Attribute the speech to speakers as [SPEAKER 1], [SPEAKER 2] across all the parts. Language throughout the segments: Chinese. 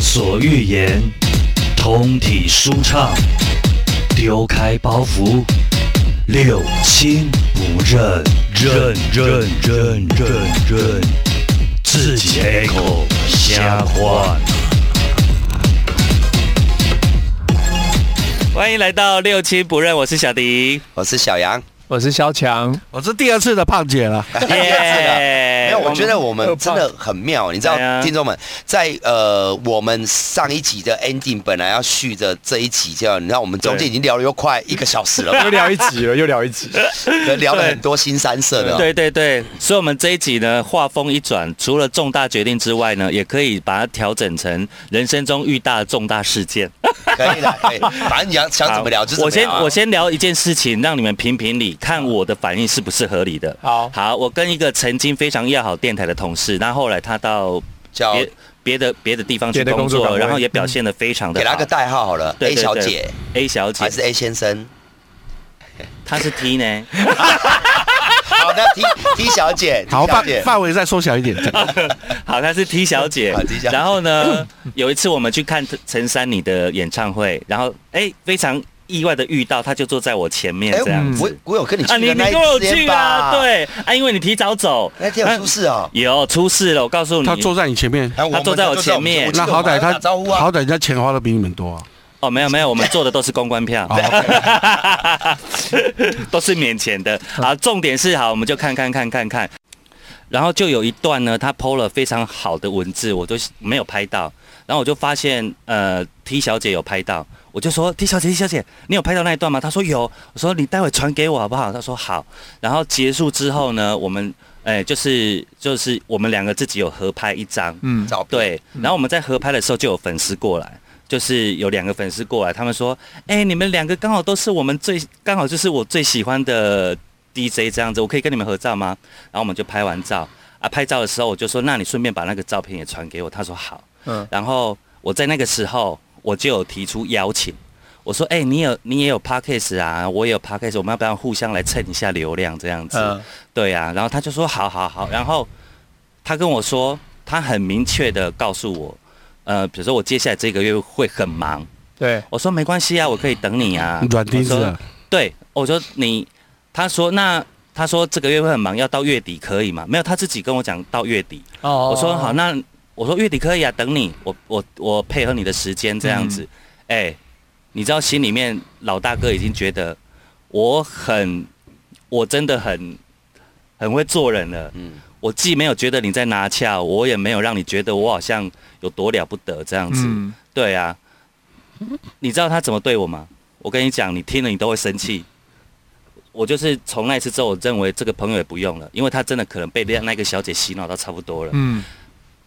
[SPEAKER 1] 所欲言，通体舒畅，丢开包袱，六亲不认，认认认认认，自己开口瞎话。
[SPEAKER 2] 欢迎来到六亲不认，我是小迪，
[SPEAKER 3] 我是小杨。
[SPEAKER 4] 我是肖强，
[SPEAKER 5] 我是第二次的胖 姐了，
[SPEAKER 3] 第二次了没有，我觉得我们
[SPEAKER 4] 们
[SPEAKER 3] 真的很妙，你知道
[SPEAKER 2] 对，啊
[SPEAKER 3] 听众们，在呃，我们上一集的 ending 本来要续着这一集这样，你知道，我们中间已经聊了又快一个小时了吧，
[SPEAKER 4] 又聊一集了，又聊一集。
[SPEAKER 3] 聊了很多新三色的。
[SPEAKER 2] 对对对，所以我们这一集呢，话锋一转，除了重大决定之外呢，也可以把它调整成人生中遇到的重大事件。
[SPEAKER 3] 可以的，可以。反正你要想怎么聊就怎
[SPEAKER 2] 我
[SPEAKER 3] 么
[SPEAKER 2] 先
[SPEAKER 3] 聊啊。
[SPEAKER 2] 我先聊一件事情，让你们评评理，看我的反应是不是合理的。
[SPEAKER 4] 好
[SPEAKER 2] 好，我跟一个曾经非常要好电台的同事，那后来他到
[SPEAKER 3] 叫
[SPEAKER 2] 别别的别的地方去
[SPEAKER 4] 别的
[SPEAKER 2] 工
[SPEAKER 4] 工作
[SPEAKER 2] 作，
[SPEAKER 4] 岗位
[SPEAKER 2] 然后也表现的非常的
[SPEAKER 3] 嗯给他个代号好了
[SPEAKER 2] 对
[SPEAKER 3] ，A
[SPEAKER 2] 对
[SPEAKER 3] 小
[SPEAKER 2] 对
[SPEAKER 3] 姐
[SPEAKER 2] A 小姐
[SPEAKER 3] 还，是 A 先生？
[SPEAKER 2] 她是 T 呢，
[SPEAKER 3] 好，那 T T 小姐，T
[SPEAKER 5] 好
[SPEAKER 3] 小
[SPEAKER 5] 范
[SPEAKER 3] 姐，
[SPEAKER 5] 范围再缩小一点。
[SPEAKER 2] 好，她是 T 小姐
[SPEAKER 3] 好，T 小。姐
[SPEAKER 2] 然后呢， 有一次我们去看陈珊妮的演唱会，然后哎，非常意外的遇到，她就坐在我前面
[SPEAKER 3] 哎
[SPEAKER 2] 这样
[SPEAKER 3] 我
[SPEAKER 2] 子。
[SPEAKER 3] 我有跟你去
[SPEAKER 2] 啊，你
[SPEAKER 3] 的
[SPEAKER 2] 你
[SPEAKER 3] 那
[SPEAKER 2] 跟我
[SPEAKER 3] 一
[SPEAKER 2] 去
[SPEAKER 3] 天
[SPEAKER 2] 啊？
[SPEAKER 3] 吧？，
[SPEAKER 2] 对啊，因为你提早走，
[SPEAKER 3] 那天有出事哦。
[SPEAKER 2] 有出事了，我告诉你，
[SPEAKER 5] 他坐在你前面，
[SPEAKER 3] 然后
[SPEAKER 2] 他
[SPEAKER 3] 们
[SPEAKER 2] 坐在我
[SPEAKER 3] 就知道
[SPEAKER 2] 前面
[SPEAKER 3] 我记得
[SPEAKER 5] 那好
[SPEAKER 3] 我们
[SPEAKER 5] 歹
[SPEAKER 3] 还
[SPEAKER 5] 他
[SPEAKER 3] 打招呼啊，
[SPEAKER 5] 好歹人家钱花的比你们多啊。。
[SPEAKER 2] 哦，没有没有，我们做的都是公关票， 都是免钱的。好，重点是好，我们就看看看看看，然后就有一段呢，他 PO 了非常好的文字，我都没有拍到，然后我就发现呃 T 小姐有拍到，我就说 T 小姐 T 小姐，你有拍到那一段吗？她说有，我说你待会传给我好不好？她说好。然后结束之后呢，我们哎、就是就是我们两个自己有合拍一张，
[SPEAKER 4] 嗯，
[SPEAKER 3] 照片。
[SPEAKER 2] 对，然后我们在合拍的时候就有粉丝过来，就是有两个粉丝过来，他们说：“哎、你们两个刚好都是我们最刚好就是我最喜欢的 DJ 这样子，我可以跟你们合照吗？”然后我们就拍完照啊，拍照的时候我就说：“那你顺便把那个照片也传给我。”他说：“好。”
[SPEAKER 4] 嗯
[SPEAKER 2] 然后我在那个时候我就有提出邀请。我说，哎、你有你也有 podcast 啊，我也有 podcast，我们要不要互相来蹭一下流量这样子？
[SPEAKER 4] 嗯
[SPEAKER 2] 对啊，然后他就说好好好，然后他跟我说，他很明确的告诉我，呃，比如说我接下来这个月会很忙，
[SPEAKER 4] 对，
[SPEAKER 2] 我说没关系啊，我可以等你啊
[SPEAKER 5] 软钉子
[SPEAKER 2] 我
[SPEAKER 5] 啊
[SPEAKER 2] 说，对，我说你，他说那他说这个月会很忙，要到月底可以吗？没有，他自己跟我讲到月底，
[SPEAKER 4] 哦
[SPEAKER 2] 我说好，，那我说月底可以啊，等你，我我我配合你的时间这样
[SPEAKER 4] 嗯
[SPEAKER 2] 子。哎、你知道心里面老大哥已经觉得我很，我真的很很会做人了。
[SPEAKER 3] 嗯，
[SPEAKER 2] 我既没有觉得你在拿翘，我也没有让你觉得我好像有多了不得这样子。
[SPEAKER 4] 嗯，
[SPEAKER 2] 对啊，你知道他怎么对我吗？我跟你讲，你听了你都会生气。我就是从那一次之后，我认为这个朋友也不用了，因为他真的可能被那那个小姐洗脑到差不多了。
[SPEAKER 4] 嗯，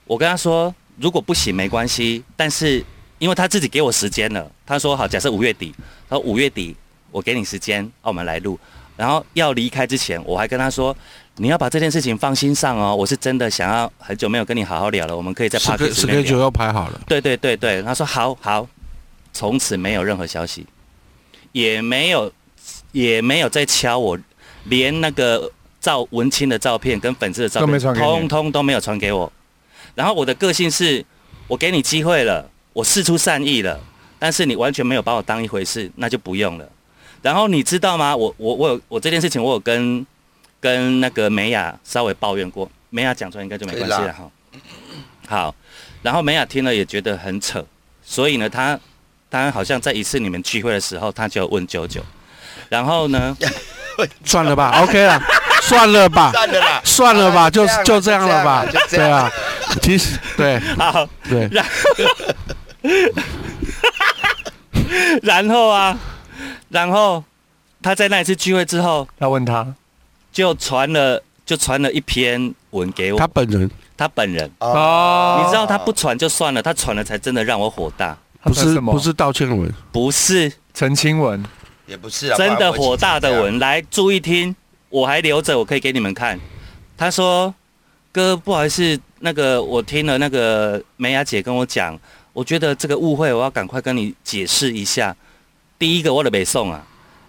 [SPEAKER 2] 我跟他说，如果不行没关系，但是因为他自己给我时间了，他说好，假设五月底，他说五月底我给你时间，啊我们来录。然后要离开之前，我还跟他说，你要把这件事情放心上哦，我是真的想要很久没有跟你好好聊了，我们可以在 p
[SPEAKER 5] 十
[SPEAKER 2] a r k
[SPEAKER 5] 个
[SPEAKER 2] e
[SPEAKER 5] 十个九要排好了，
[SPEAKER 2] 对对对对，他说好好，从此没有任何消息，也没有也没有再敲我，连那个照文青的照片跟粉丝的照
[SPEAKER 4] 都
[SPEAKER 2] 片
[SPEAKER 4] 没传，给你
[SPEAKER 2] 通通都没有传给我。然后我的个性是，我给你机会了，我试出善意了，但是你完全没有把我当一回事，那就不用了。然后你知道吗？我我我有我这件事情，我有跟跟那个美雅稍微抱怨过，美雅讲出来应该就没关系
[SPEAKER 3] 可以
[SPEAKER 2] 了
[SPEAKER 3] 啦
[SPEAKER 2] 哈。好，然后美雅听了也觉得很扯，所以呢，她她好像在一次你们聚会的时候，她就问九九，然后呢，
[SPEAKER 5] 算了吧，OK 了，算了吧，
[SPEAKER 3] 算了 啦，
[SPEAKER 5] 算了吧，就
[SPEAKER 3] 啊
[SPEAKER 5] 就这样了吧
[SPEAKER 3] 就，这
[SPEAKER 5] 对
[SPEAKER 3] 样
[SPEAKER 5] 啊，其实对
[SPEAKER 2] 好，
[SPEAKER 5] 对，
[SPEAKER 2] 然后啊，然后她在那一次聚会之后，
[SPEAKER 4] 要问他，
[SPEAKER 2] 就传了就传了一篇文给我，
[SPEAKER 5] 他
[SPEAKER 2] 她
[SPEAKER 5] 本人
[SPEAKER 2] 本人，
[SPEAKER 4] 哦
[SPEAKER 2] 你知道她不传就算了，她传了才真的让我火大，
[SPEAKER 4] 他
[SPEAKER 5] 不
[SPEAKER 4] 传
[SPEAKER 5] 是
[SPEAKER 4] 什么
[SPEAKER 5] 不是道歉文，
[SPEAKER 2] 不是。
[SPEAKER 4] 陈清文，
[SPEAKER 3] 也不是啊，
[SPEAKER 2] 真
[SPEAKER 3] 不然
[SPEAKER 2] 的
[SPEAKER 3] 我会
[SPEAKER 2] 火大的
[SPEAKER 3] 这样，
[SPEAKER 2] 文，来注意听，我还留着，我可以给你们看。他说：“哥，不好意思，那个我听了那个梅雅姐跟我讲，我觉得这个误会，我要赶快跟你解释一下。第一个，我的北宋啊，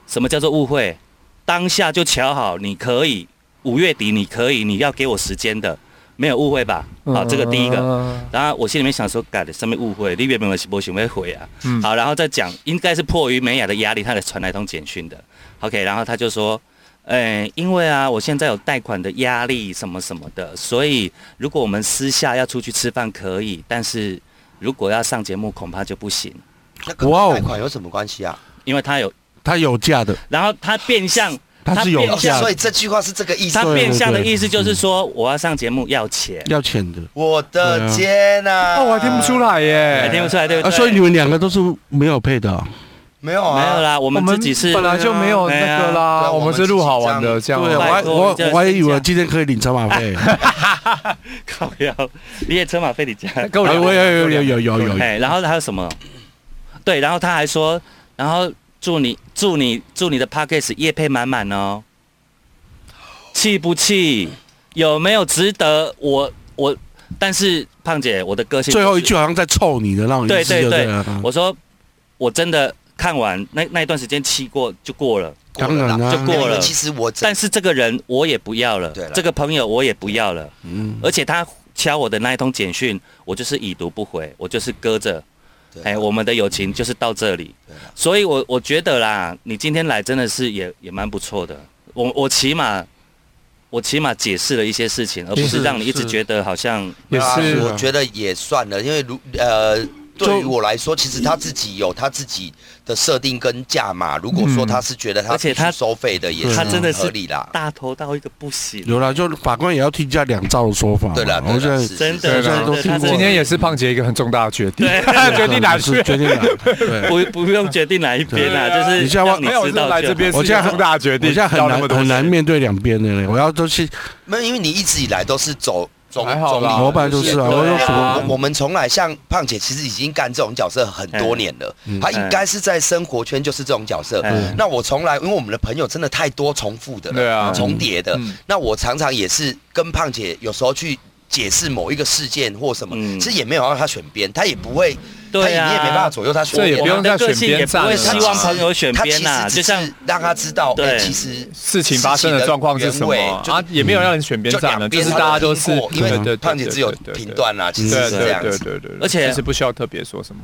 [SPEAKER 2] 什么叫做误会？当下就瞧好，你可以五月底你可以，你要给我时间的。没有误会吧？好，啊这个第一个。
[SPEAKER 5] 哦
[SPEAKER 4] 个，
[SPEAKER 2] 然后我心里面想说，改的上面误会，你原本是不想会回啊。
[SPEAKER 4] 嗯
[SPEAKER 2] 好，然后再讲，应该是迫于美雅的压力，他才传来一通简讯的。OK，然后他就说，嗯、因为啊，我现在有贷款的压力什么什么的，所以如果我们私下要出去吃饭可以，但是如果要上节目恐怕就不行，
[SPEAKER 3] 那跟
[SPEAKER 5] 哇哦
[SPEAKER 3] 贷款有什么关系啊？
[SPEAKER 2] 因为他有，
[SPEAKER 5] 他有价的，
[SPEAKER 2] 然后他变相，
[SPEAKER 5] 他是有
[SPEAKER 2] 他变
[SPEAKER 5] 价
[SPEAKER 3] 哦所以
[SPEAKER 5] 的，
[SPEAKER 3] 这句话是这个意思
[SPEAKER 2] 他。
[SPEAKER 5] 对
[SPEAKER 2] 变相的
[SPEAKER 5] 对对
[SPEAKER 2] 意思就是说，我要上节目要钱，
[SPEAKER 5] 要钱的
[SPEAKER 3] 我的天呐！
[SPEAKER 4] 哦，我还听不出来
[SPEAKER 2] 哎还
[SPEAKER 4] 耶，
[SPEAKER 2] 听不出来对不
[SPEAKER 5] 啊！
[SPEAKER 2] 对？
[SPEAKER 5] 所以你们两个都是没有配的哦，
[SPEAKER 3] 没有
[SPEAKER 2] 没
[SPEAKER 3] 啊，
[SPEAKER 2] 有啦，我们自己是哎
[SPEAKER 4] 本来就没有那个
[SPEAKER 3] 对
[SPEAKER 4] 啦，
[SPEAKER 3] 啊
[SPEAKER 4] 我们是录好玩的，这
[SPEAKER 5] 对
[SPEAKER 4] 样
[SPEAKER 5] 我
[SPEAKER 2] 拜
[SPEAKER 5] 还
[SPEAKER 2] 托
[SPEAKER 5] 我
[SPEAKER 2] 你这
[SPEAKER 5] 我还以
[SPEAKER 2] 这
[SPEAKER 5] 为
[SPEAKER 2] 样
[SPEAKER 5] 今天可以领车马费，
[SPEAKER 2] 靠腰，你也车马费你加。
[SPEAKER 4] 够
[SPEAKER 5] 哎
[SPEAKER 4] 了，
[SPEAKER 5] 我有有有有有有有，
[SPEAKER 2] 哎，然后还有什么？对，然后他还说，然后祝你祝你祝你的 p a c k a g e 业配满满哦，气不气？有没有值得我我？但是胖姐，我的个性就是
[SPEAKER 5] 最后一句好啊像在臭你的那种意
[SPEAKER 2] 对
[SPEAKER 5] 思，
[SPEAKER 2] 对
[SPEAKER 5] 就
[SPEAKER 2] 对
[SPEAKER 5] 了啊
[SPEAKER 2] 我说我真的看完那那一段时间气过就过了，
[SPEAKER 5] 当然啦，
[SPEAKER 2] 就过了
[SPEAKER 3] 因为其实我真
[SPEAKER 2] 但是这个人我也不要了
[SPEAKER 3] 对了，
[SPEAKER 2] 这个朋友我也不要了，
[SPEAKER 5] 嗯，
[SPEAKER 2] 而且他敲我的那一通简讯，我就是已读不回，我就是搁着。
[SPEAKER 3] 对
[SPEAKER 2] 哎，我们的友情就是到这里
[SPEAKER 3] 对啊，
[SPEAKER 2] 所以我我觉得啦，你今天来真的是也也蛮不错的。我我起码我起码解释了一些事情，而不
[SPEAKER 5] 是
[SPEAKER 2] 是让你一直
[SPEAKER 5] 是
[SPEAKER 2] 觉得好像
[SPEAKER 4] 也
[SPEAKER 3] 啊
[SPEAKER 4] 是
[SPEAKER 3] 我觉得也算了，因为如呃。对于我来说，其实他自己有他自己的设定跟价码。如果说
[SPEAKER 4] 嗯
[SPEAKER 3] 他是觉得他
[SPEAKER 2] 而且
[SPEAKER 3] 必须
[SPEAKER 2] 他
[SPEAKER 3] 收费的，也
[SPEAKER 5] 对
[SPEAKER 3] 是
[SPEAKER 2] 他真的
[SPEAKER 3] 很
[SPEAKER 2] 是
[SPEAKER 3] 合理啦。
[SPEAKER 2] 大头到一个不行，
[SPEAKER 5] 有了，就法官也要听价两造的说法嘛，
[SPEAKER 3] 对了，
[SPEAKER 5] 我
[SPEAKER 3] 对
[SPEAKER 5] 现
[SPEAKER 3] 了，
[SPEAKER 5] 在
[SPEAKER 3] 是
[SPEAKER 2] 啊真
[SPEAKER 4] 对
[SPEAKER 2] 的，
[SPEAKER 5] 是是
[SPEAKER 2] 真
[SPEAKER 5] 都
[SPEAKER 2] 的，
[SPEAKER 5] 听
[SPEAKER 2] 他
[SPEAKER 5] 过啊
[SPEAKER 2] 是
[SPEAKER 4] 今天也是胖姐一个很重大的决定，
[SPEAKER 2] 对
[SPEAKER 4] 决定哪去
[SPEAKER 5] 是。决定哪去， 对。
[SPEAKER 2] 不不用决定哪一边啊，
[SPEAKER 4] 对啊
[SPEAKER 2] 就是
[SPEAKER 5] 你现在
[SPEAKER 2] 让你
[SPEAKER 4] 没有，我
[SPEAKER 2] 知
[SPEAKER 4] 是
[SPEAKER 2] 道
[SPEAKER 4] 来
[SPEAKER 2] 就
[SPEAKER 4] 这边
[SPEAKER 5] 我
[SPEAKER 4] 是一
[SPEAKER 5] 现在
[SPEAKER 4] 个
[SPEAKER 5] 很
[SPEAKER 4] 重大的决
[SPEAKER 5] 我
[SPEAKER 4] 定，
[SPEAKER 5] 现在很
[SPEAKER 4] 要那
[SPEAKER 5] 难
[SPEAKER 4] 么多
[SPEAKER 5] 很难
[SPEAKER 4] 钱
[SPEAKER 5] 面对两边的嘞，
[SPEAKER 2] 哎
[SPEAKER 5] 我要都是
[SPEAKER 3] 没有，因为你一直以来都是走中
[SPEAKER 4] 还好
[SPEAKER 3] 中
[SPEAKER 4] 啦
[SPEAKER 3] 立
[SPEAKER 5] 我本来就是啊
[SPEAKER 3] 路线
[SPEAKER 2] 我有
[SPEAKER 3] 因为
[SPEAKER 2] 什么
[SPEAKER 3] 我我我们从来像胖姐，其实已经干这种角色很多年了
[SPEAKER 2] 哎
[SPEAKER 5] 嗯，
[SPEAKER 3] 她应该是在生活圈就是这种角色
[SPEAKER 2] 嗯。
[SPEAKER 3] 那我从来，因为我们的朋友真的太多重复的了，
[SPEAKER 4] 对啊
[SPEAKER 3] 重叠的
[SPEAKER 4] 嗯。
[SPEAKER 3] 那我常常也是跟胖姐有时候去。解释某一个事件或什么，
[SPEAKER 2] 嗯
[SPEAKER 3] 其实也没有让她选边，她也不会，她
[SPEAKER 2] 对
[SPEAKER 3] 也
[SPEAKER 2] 啊
[SPEAKER 3] 你也没办法左右她选
[SPEAKER 4] 这也
[SPEAKER 3] 边
[SPEAKER 4] 不用
[SPEAKER 2] 我们的
[SPEAKER 4] 再
[SPEAKER 2] 个
[SPEAKER 4] 选
[SPEAKER 2] 性也
[SPEAKER 4] 边
[SPEAKER 2] 不
[SPEAKER 4] 站
[SPEAKER 2] 会
[SPEAKER 4] 了
[SPEAKER 2] 希望朋友选
[SPEAKER 3] 她啊其
[SPEAKER 2] 边呐、就
[SPEAKER 3] 实只
[SPEAKER 2] 像
[SPEAKER 3] 是让她知道，哎，
[SPEAKER 2] 对
[SPEAKER 3] 其实
[SPEAKER 4] 事情发生的状况是什么
[SPEAKER 3] 事情的原委就
[SPEAKER 4] 啊？也没有让人选边站
[SPEAKER 3] 就
[SPEAKER 4] 了，
[SPEAKER 3] 两边
[SPEAKER 4] 就是大家都是
[SPEAKER 3] 他都听过因为
[SPEAKER 4] 对对对
[SPEAKER 3] 胖姐只有
[SPEAKER 4] 对对对
[SPEAKER 3] 评断啊啦其实
[SPEAKER 4] 对
[SPEAKER 3] 是这样
[SPEAKER 4] 对
[SPEAKER 3] 子
[SPEAKER 4] 对对对，对
[SPEAKER 2] 而且
[SPEAKER 4] 其实不需要特别说什么。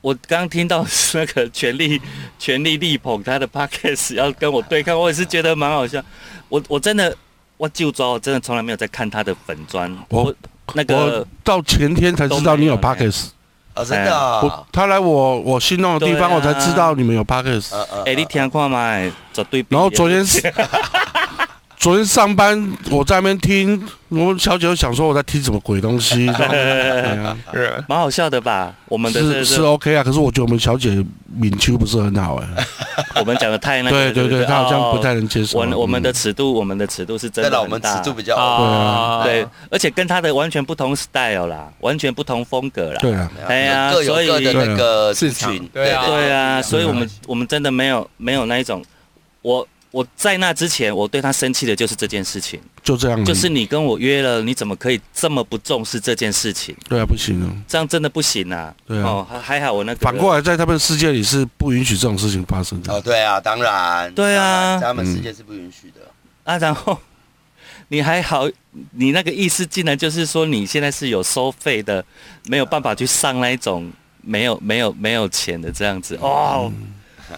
[SPEAKER 2] 我刚听到那个全力 全力力捧他的 podcast 要跟我对抗，我也是觉得蛮好笑。我我真的我就抓，我真的从来没有在看他的粉砖。
[SPEAKER 5] 我
[SPEAKER 2] 我那
[SPEAKER 5] 我
[SPEAKER 2] 个
[SPEAKER 5] 到前天才知道你有
[SPEAKER 2] 都没有
[SPEAKER 5] pockets，
[SPEAKER 3] 啊，真的啊，
[SPEAKER 5] 我他来我我心动的地方，
[SPEAKER 2] 对啊
[SPEAKER 5] 我才知道你们有 pockets。
[SPEAKER 3] 嗯嗯
[SPEAKER 2] 哎、你听看嘛，绝对比。
[SPEAKER 5] 然后昨天是 昨天上班，我在那边听，我小姐就想说我在听什么鬼东西，然后对啊
[SPEAKER 4] 对，
[SPEAKER 2] 蛮好笑的吧？我们的这
[SPEAKER 5] 是是
[SPEAKER 2] 这
[SPEAKER 5] OK 啊。可是我觉得我们小姐敏秋不是很好哎，
[SPEAKER 2] 我们讲的太那
[SPEAKER 5] 对
[SPEAKER 2] 个，
[SPEAKER 5] 对
[SPEAKER 2] 不
[SPEAKER 5] 对，她好像不太
[SPEAKER 2] 哦
[SPEAKER 5] 能接受。
[SPEAKER 2] 我我们的
[SPEAKER 5] 嗯
[SPEAKER 2] 尺度，我们的尺度是真
[SPEAKER 3] 对
[SPEAKER 2] 的
[SPEAKER 3] 了，我
[SPEAKER 2] 很
[SPEAKER 3] 们尺
[SPEAKER 2] 大
[SPEAKER 3] 度比较
[SPEAKER 5] 啊
[SPEAKER 2] 对，而且跟他的完全不同 style 啦，完全不同风格啦。
[SPEAKER 5] 对啊，
[SPEAKER 2] 哎呀
[SPEAKER 3] 各有
[SPEAKER 2] 所以
[SPEAKER 3] 各的那个族
[SPEAKER 4] 市
[SPEAKER 3] 群
[SPEAKER 4] 场，对啊
[SPEAKER 2] 对啊，所以我们
[SPEAKER 5] 对
[SPEAKER 2] 我们真的没有没有那一种，我我在那之前我对他生气的就是这件事情，
[SPEAKER 5] 就这样而已，
[SPEAKER 2] 就是你跟我约了，你怎么可以这么不重视这件事情？
[SPEAKER 5] 对啊，不行啊。
[SPEAKER 2] 这样真的不行啊！
[SPEAKER 5] 对啊
[SPEAKER 2] 哦，还还好我那个
[SPEAKER 5] 反过来，在他们的世界里是不允许这种事情发生
[SPEAKER 3] 哦，
[SPEAKER 5] 的。
[SPEAKER 3] 对啊，当然，
[SPEAKER 2] 对啊
[SPEAKER 3] 当然在他
[SPEAKER 5] 嗯
[SPEAKER 3] 们世界是不允许的。
[SPEAKER 2] 啊，然后 你还好，你那个意思竟然就是说你现在是有收费的，没有办法去上那一种没有没有没有钱的这样子哦，
[SPEAKER 5] 嗯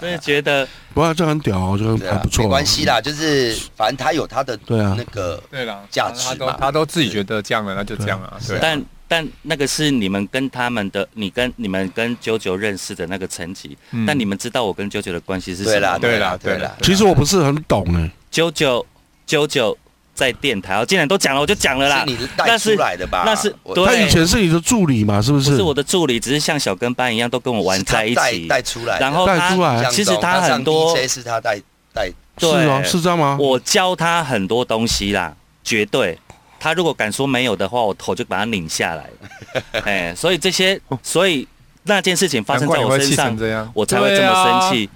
[SPEAKER 2] 真的觉得
[SPEAKER 5] 不过这很屌哦，就
[SPEAKER 3] 对
[SPEAKER 5] 还
[SPEAKER 3] 啊
[SPEAKER 5] 不，错，嗯
[SPEAKER 3] 没关系。啦，就是反正他有他的
[SPEAKER 5] 对啊
[SPEAKER 3] 那个，
[SPEAKER 4] 对啦，
[SPEAKER 3] 价值
[SPEAKER 4] 他都
[SPEAKER 3] 嘛
[SPEAKER 4] 他都自己觉得这样了，那就这样啊。对啊，
[SPEAKER 2] 但但那个是你们跟他们的，你跟你们跟九九认识的那个层级，
[SPEAKER 4] 嗯
[SPEAKER 2] 但你们知道我跟九九的关系是
[SPEAKER 3] 对
[SPEAKER 2] 什
[SPEAKER 3] 啦，
[SPEAKER 2] 么？
[SPEAKER 4] 对
[SPEAKER 3] 啦，
[SPEAKER 4] 啦
[SPEAKER 3] 对
[SPEAKER 4] 对
[SPEAKER 3] 啦
[SPEAKER 4] 啦，
[SPEAKER 5] 其实我不是很懂哎，
[SPEAKER 2] 九九九九在电台，我哦既然都讲了，我就讲了啦
[SPEAKER 3] 是。你带出来的吧？
[SPEAKER 2] 那是
[SPEAKER 3] 我
[SPEAKER 2] 对
[SPEAKER 5] 他以前是你的助理嘛，是不
[SPEAKER 2] 不
[SPEAKER 5] 是？
[SPEAKER 2] 是我的助理，只是像小跟班一样，都跟我玩
[SPEAKER 3] 是他
[SPEAKER 2] 在一
[SPEAKER 3] 带
[SPEAKER 2] 起。
[SPEAKER 3] 带出来的，
[SPEAKER 2] 然后
[SPEAKER 5] 带出来
[SPEAKER 2] 他
[SPEAKER 3] 像
[SPEAKER 2] 其实
[SPEAKER 3] 这种哦
[SPEAKER 2] 他
[SPEAKER 3] 上
[SPEAKER 2] 很多，
[SPEAKER 3] DJ 是他带带，
[SPEAKER 5] 是
[SPEAKER 2] 对
[SPEAKER 5] 哦，是这样吗？
[SPEAKER 2] 我教他很多东西啦，绝对。他如果敢说没有的话，我头就把他拧下来了。哎，所以这些，所以那件事情发
[SPEAKER 4] 难
[SPEAKER 2] 生
[SPEAKER 4] 怪
[SPEAKER 2] 在我
[SPEAKER 4] 你会
[SPEAKER 2] 身
[SPEAKER 4] 气
[SPEAKER 2] 上
[SPEAKER 4] 成，这样，啊
[SPEAKER 2] 我才会这么生
[SPEAKER 3] 啊
[SPEAKER 2] 气。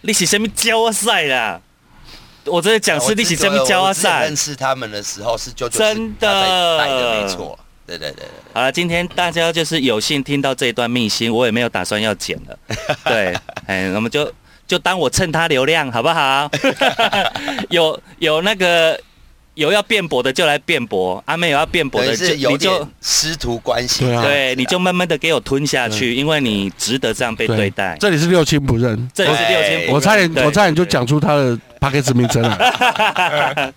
[SPEAKER 2] 你是什么交赛啦？我真的讲哎是
[SPEAKER 3] 我
[SPEAKER 2] 你
[SPEAKER 3] 记
[SPEAKER 2] 是
[SPEAKER 3] 得
[SPEAKER 2] 什么交
[SPEAKER 3] 啊我之前
[SPEAKER 2] 赛
[SPEAKER 3] 认。识他们的时候是就
[SPEAKER 2] 真的
[SPEAKER 3] 带的没错，对对对对
[SPEAKER 2] 好了，今天大家就是有幸听到这一段秘辛，我也没有打算要剪 了。对，哎，我们就 就当我蹭他流量好不好？有有那个有要辩驳的就来辩驳，阿妹有要辩驳
[SPEAKER 3] 等于
[SPEAKER 2] 的就是
[SPEAKER 3] 有
[SPEAKER 2] 你就
[SPEAKER 3] 点师徒关系，
[SPEAKER 5] 对啊
[SPEAKER 2] 对，你就慢慢的给我吞下
[SPEAKER 3] 嗯
[SPEAKER 2] 去，因为你值得这样被对待。
[SPEAKER 5] 这里是六亲不认。
[SPEAKER 2] 这也是六千，
[SPEAKER 5] 我差
[SPEAKER 2] 对
[SPEAKER 5] 点，我差点就讲出他的 p a c k a g e 名称 了。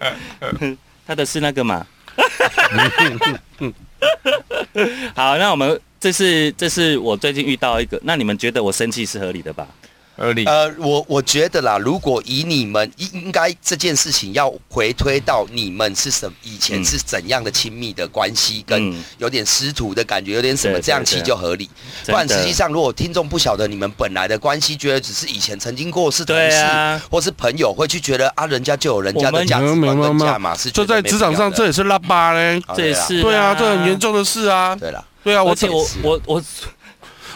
[SPEAKER 2] 他的是那个 嘛。好，那我们这是这是我最近遇到一个，那你们觉得我生气是合理的吧？
[SPEAKER 4] 合理。
[SPEAKER 3] 呃，我我觉得啦，如果以你们应应该这件事情要回推到你们是什以前
[SPEAKER 2] 嗯
[SPEAKER 3] 是怎样的亲密的关系，跟
[SPEAKER 2] 嗯
[SPEAKER 3] 有点师徒的感觉，有点什么
[SPEAKER 2] 对
[SPEAKER 3] 这样
[SPEAKER 2] 对
[SPEAKER 3] 其实
[SPEAKER 2] 对
[SPEAKER 3] 就合理。不
[SPEAKER 2] 真
[SPEAKER 3] 然
[SPEAKER 2] 的
[SPEAKER 3] 实际上，如果听众不晓得你们本来的关系，觉得只是以前曾经过是同
[SPEAKER 2] 对
[SPEAKER 3] 事、
[SPEAKER 2] 啊
[SPEAKER 3] 或是朋友，会去觉得啊，人家就有人家
[SPEAKER 2] 我
[SPEAKER 3] 的
[SPEAKER 2] 们
[SPEAKER 3] 价值
[SPEAKER 5] 没有
[SPEAKER 3] 观
[SPEAKER 5] 没有
[SPEAKER 3] 跟
[SPEAKER 5] 没有
[SPEAKER 3] 价码是觉
[SPEAKER 5] 这
[SPEAKER 3] 得
[SPEAKER 5] 在
[SPEAKER 3] 没
[SPEAKER 5] 职
[SPEAKER 3] 必要
[SPEAKER 5] 场上
[SPEAKER 3] 的
[SPEAKER 5] 这也是拉巴嘞。
[SPEAKER 3] 啊
[SPEAKER 2] 这
[SPEAKER 3] 对
[SPEAKER 2] 也
[SPEAKER 3] 啦
[SPEAKER 2] 是
[SPEAKER 5] 对啊，这很严。重的事啊。
[SPEAKER 3] 对了，
[SPEAKER 5] 对啊，
[SPEAKER 2] 而
[SPEAKER 5] 我
[SPEAKER 2] 且我我我，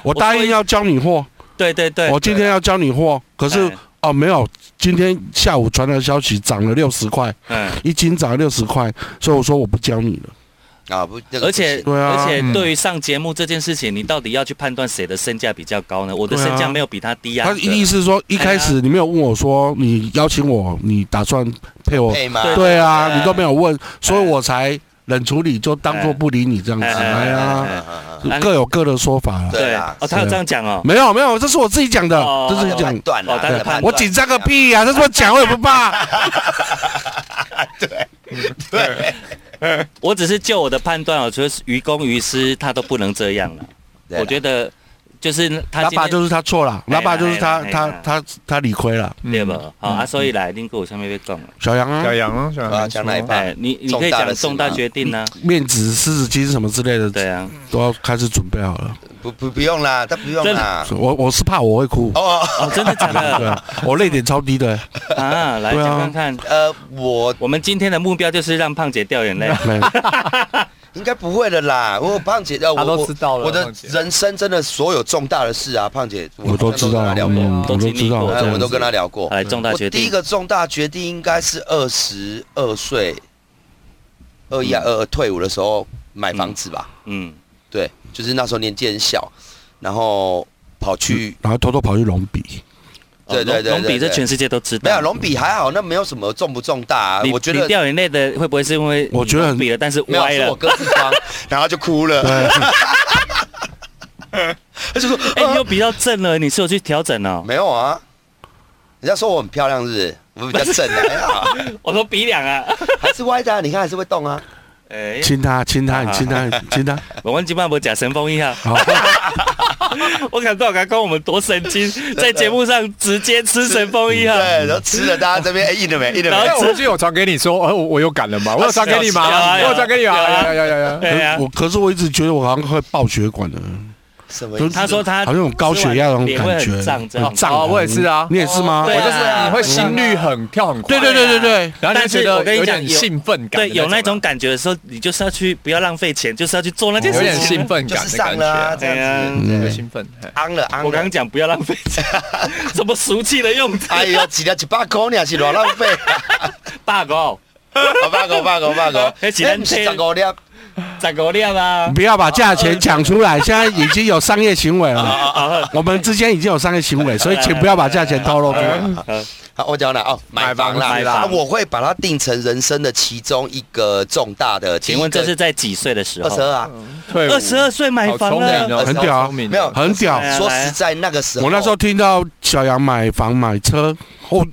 [SPEAKER 5] 我答应要教你货，
[SPEAKER 2] 对对对，
[SPEAKER 5] 我今天要教你货，可是
[SPEAKER 2] 哎
[SPEAKER 5] 哦没有，今天下午传来消息涨了六十块，
[SPEAKER 2] 嗯，
[SPEAKER 5] 一斤涨了六十块，所以我说我不教你了。
[SPEAKER 3] 啊不，那个
[SPEAKER 2] 而
[SPEAKER 3] 不行
[SPEAKER 2] 且
[SPEAKER 5] 对啊
[SPEAKER 2] 而且
[SPEAKER 4] 嗯
[SPEAKER 2] 对于上节目这件事情，你到底要去判断谁的身价比较高呢？我的
[SPEAKER 5] 对啊
[SPEAKER 2] 身价没有比他低啊
[SPEAKER 5] 他。意思是说一开始你没有问我说你邀请我，你打算配我？
[SPEAKER 3] 配吗？
[SPEAKER 2] 对
[SPEAKER 5] 对啊，
[SPEAKER 2] 对
[SPEAKER 5] 你都没有问，
[SPEAKER 2] 哎
[SPEAKER 5] 所以我才冷处理，就当做不理你这样子。
[SPEAKER 2] 哎
[SPEAKER 5] 哎呀，
[SPEAKER 3] 嗯嗯嗯
[SPEAKER 2] 哎
[SPEAKER 5] 各有各的说法啦。
[SPEAKER 3] 对
[SPEAKER 2] 对
[SPEAKER 3] 啦
[SPEAKER 2] 哦，
[SPEAKER 5] 啊
[SPEAKER 2] 他有这样讲哦。
[SPEAKER 5] 没有没有，这是我自己讲的
[SPEAKER 2] 哦，
[SPEAKER 5] 这是自己
[SPEAKER 3] 他的
[SPEAKER 5] 讲
[SPEAKER 3] 判。断啦
[SPEAKER 2] 哦他的
[SPEAKER 3] 他的
[SPEAKER 2] 判
[SPEAKER 3] 判断
[SPEAKER 5] 我紧张个屁呀、这是我讲，我也不怕。
[SPEAKER 2] 我只是就我的判断，我哦觉得于公于私他都不能这样了。
[SPEAKER 3] 对啦
[SPEAKER 2] 我觉得就是 他今
[SPEAKER 5] 他
[SPEAKER 2] 天
[SPEAKER 5] 爸就是他错了，
[SPEAKER 2] 哎呀
[SPEAKER 5] 他爸就是他
[SPEAKER 2] 哎呀哎
[SPEAKER 5] 他
[SPEAKER 2] 呀
[SPEAKER 5] 他他理亏了。
[SPEAKER 2] 对吧？好啊，所以来，林哥，我下面被讲了。
[SPEAKER 5] 小杨啊
[SPEAKER 4] 嗯小，杨啊，小
[SPEAKER 3] 对啊
[SPEAKER 4] 杨没
[SPEAKER 3] 讲哪一
[SPEAKER 4] 错
[SPEAKER 3] 半
[SPEAKER 2] 哎，你你可以
[SPEAKER 3] 重大
[SPEAKER 2] 讲
[SPEAKER 3] 的事吗
[SPEAKER 2] 重大决定呢？
[SPEAKER 5] 面子、狮子精什么之类的，
[SPEAKER 2] 对啊，
[SPEAKER 5] 都要开始准备好了。
[SPEAKER 3] 不不不用啦，他不用
[SPEAKER 2] 真
[SPEAKER 3] 啦。
[SPEAKER 5] 我我是怕我会哭，
[SPEAKER 3] 哦，
[SPEAKER 2] 哦，真的假
[SPEAKER 5] 对
[SPEAKER 2] 的
[SPEAKER 5] 啊，我泪点超低的，
[SPEAKER 2] 啊？来
[SPEAKER 5] 对啊
[SPEAKER 2] 讲看看，
[SPEAKER 3] 呃，我
[SPEAKER 2] 我们今天的目标就是让胖姐掉眼泪。
[SPEAKER 5] 没
[SPEAKER 3] 应该不会的啦，我胖姐，呃，
[SPEAKER 4] 她
[SPEAKER 3] 我
[SPEAKER 4] 都
[SPEAKER 3] 我
[SPEAKER 4] 知道了
[SPEAKER 3] 我的
[SPEAKER 4] 胖姐
[SPEAKER 3] 人生真的所有重大的事啊，胖姐，
[SPEAKER 5] 我都知道，
[SPEAKER 3] 好像都跟她聊过，
[SPEAKER 5] 嗯我都知道，
[SPEAKER 2] 都经历过
[SPEAKER 3] 哎
[SPEAKER 5] 这样
[SPEAKER 3] 我都
[SPEAKER 5] 子
[SPEAKER 3] 跟她聊过
[SPEAKER 2] 好。来，重大
[SPEAKER 3] 我
[SPEAKER 2] 决定。
[SPEAKER 3] 第一个重大决定应该是二十二岁，二一啊二二退伍的时候买房子吧。
[SPEAKER 2] 嗯，
[SPEAKER 3] 对，就是那时候年纪很小，然后跑去
[SPEAKER 2] 嗯
[SPEAKER 5] 然后偷偷跑去隆鼻，
[SPEAKER 2] 哦
[SPEAKER 3] 对对
[SPEAKER 2] 隆
[SPEAKER 3] 对
[SPEAKER 2] 隆
[SPEAKER 3] 对
[SPEAKER 2] 比这
[SPEAKER 3] 对
[SPEAKER 2] 全世界都知道。
[SPEAKER 3] 没有隆鼻还好，那没有什么重不重大啊。
[SPEAKER 2] 啊你
[SPEAKER 3] 我觉
[SPEAKER 2] 你
[SPEAKER 3] 得
[SPEAKER 2] 掉眼泪的会不会是因为
[SPEAKER 5] 我觉得很
[SPEAKER 2] 你隆鼻了，但是
[SPEAKER 3] 没有
[SPEAKER 2] 歪
[SPEAKER 3] 是我
[SPEAKER 2] 了？
[SPEAKER 3] 哥子 装，然后就哭了。
[SPEAKER 5] 对，
[SPEAKER 3] 他就说
[SPEAKER 2] 哎，你又比较正了，你是有去调整 哦。
[SPEAKER 3] 没有啊，人家说我很漂亮是不是？我比较正啊哎呀，
[SPEAKER 2] 我说鼻梁啊。
[SPEAKER 3] 还是歪的啊，你看还是会动啊。
[SPEAKER 2] 哎，
[SPEAKER 5] 亲他亲他你亲他你亲他，
[SPEAKER 2] 我们今晚不假神风一下。
[SPEAKER 5] 好，
[SPEAKER 2] 我感到刚刚我们多神 经，在节目上直接吃神风一号。
[SPEAKER 3] 对，然后吃了大家这边哎硬了没？硬了
[SPEAKER 2] 然
[SPEAKER 4] 哎，
[SPEAKER 2] 后
[SPEAKER 3] 没？
[SPEAKER 4] 我不是有传给你说，呃，我我有感了吗？我有传给你吗？
[SPEAKER 2] 有啊
[SPEAKER 4] 我
[SPEAKER 2] 有啊
[SPEAKER 4] 有传给你哎吗？
[SPEAKER 2] 有啊
[SPEAKER 4] 有有有有。
[SPEAKER 2] 对啊，
[SPEAKER 5] 我可是我一直觉得我好像会爆血管的，
[SPEAKER 3] 什么
[SPEAKER 5] 就
[SPEAKER 3] 意
[SPEAKER 5] 是
[SPEAKER 3] 思？
[SPEAKER 2] 他说他
[SPEAKER 5] 好像有高血压那种感
[SPEAKER 2] 脸会
[SPEAKER 5] 觉，
[SPEAKER 2] 很胀这样
[SPEAKER 5] 很胀
[SPEAKER 4] 哦我也是啊
[SPEAKER 5] 你也是吗
[SPEAKER 2] 对？
[SPEAKER 4] 我
[SPEAKER 2] 啊
[SPEAKER 4] 就是你会心率很跳很快，啊
[SPEAKER 5] 对对对对对，
[SPEAKER 4] 然后你就
[SPEAKER 2] 但
[SPEAKER 4] 觉
[SPEAKER 2] 是我
[SPEAKER 4] 得
[SPEAKER 2] 跟
[SPEAKER 4] 有
[SPEAKER 2] 你讲
[SPEAKER 4] 点
[SPEAKER 2] 有
[SPEAKER 4] 兴奋感的
[SPEAKER 2] 对，
[SPEAKER 4] 啊，
[SPEAKER 2] 有那种感觉的时候，你就是要去不要浪费钱，就是要去做那件事
[SPEAKER 5] 哦
[SPEAKER 4] 有点
[SPEAKER 2] 情。哎
[SPEAKER 4] 兴奋
[SPEAKER 3] 就
[SPEAKER 4] 感
[SPEAKER 3] 是
[SPEAKER 4] 的
[SPEAKER 3] 上
[SPEAKER 4] 感
[SPEAKER 3] 了啊，
[SPEAKER 4] 觉，
[SPEAKER 3] 这样子。
[SPEAKER 5] 嗯
[SPEAKER 4] 有
[SPEAKER 3] 对
[SPEAKER 4] 兴奋。嘿
[SPEAKER 3] 昂了昂
[SPEAKER 2] 我刚
[SPEAKER 3] 了
[SPEAKER 2] 刚。讲不要浪费钱， 什么俗气的用词？
[SPEAKER 3] 哎呦，几条一百块呢，是偌浪费。
[SPEAKER 2] 大哥，
[SPEAKER 3] 啊八个八个八个，
[SPEAKER 2] 那是咱
[SPEAKER 3] 不是十哎五粒，
[SPEAKER 2] 咋个亮啊？
[SPEAKER 5] 不要把价钱讲出来，现在已经有商业行为 了。
[SPEAKER 2] 啊
[SPEAKER 5] 我们之间已经有商业行为，所以请不要把价钱透露出来。
[SPEAKER 2] 啊！
[SPEAKER 3] 好，我讲了哦，买房啦，
[SPEAKER 2] 买房
[SPEAKER 3] 啊我会把它定成人生的其中一个重大的。
[SPEAKER 2] 请问这是在几岁的时
[SPEAKER 3] 二十
[SPEAKER 2] 候？
[SPEAKER 3] 二啊？
[SPEAKER 4] 退伍
[SPEAKER 2] 二十二岁买
[SPEAKER 4] 好
[SPEAKER 2] 房
[SPEAKER 4] 聪明
[SPEAKER 2] 了，
[SPEAKER 4] 哦，
[SPEAKER 5] 很屌啊
[SPEAKER 4] 好聪明哦
[SPEAKER 3] 没有
[SPEAKER 5] 很屌
[SPEAKER 2] 哎呀
[SPEAKER 3] 说实在，那个时候
[SPEAKER 5] 我那时候听到小杨买房买车，我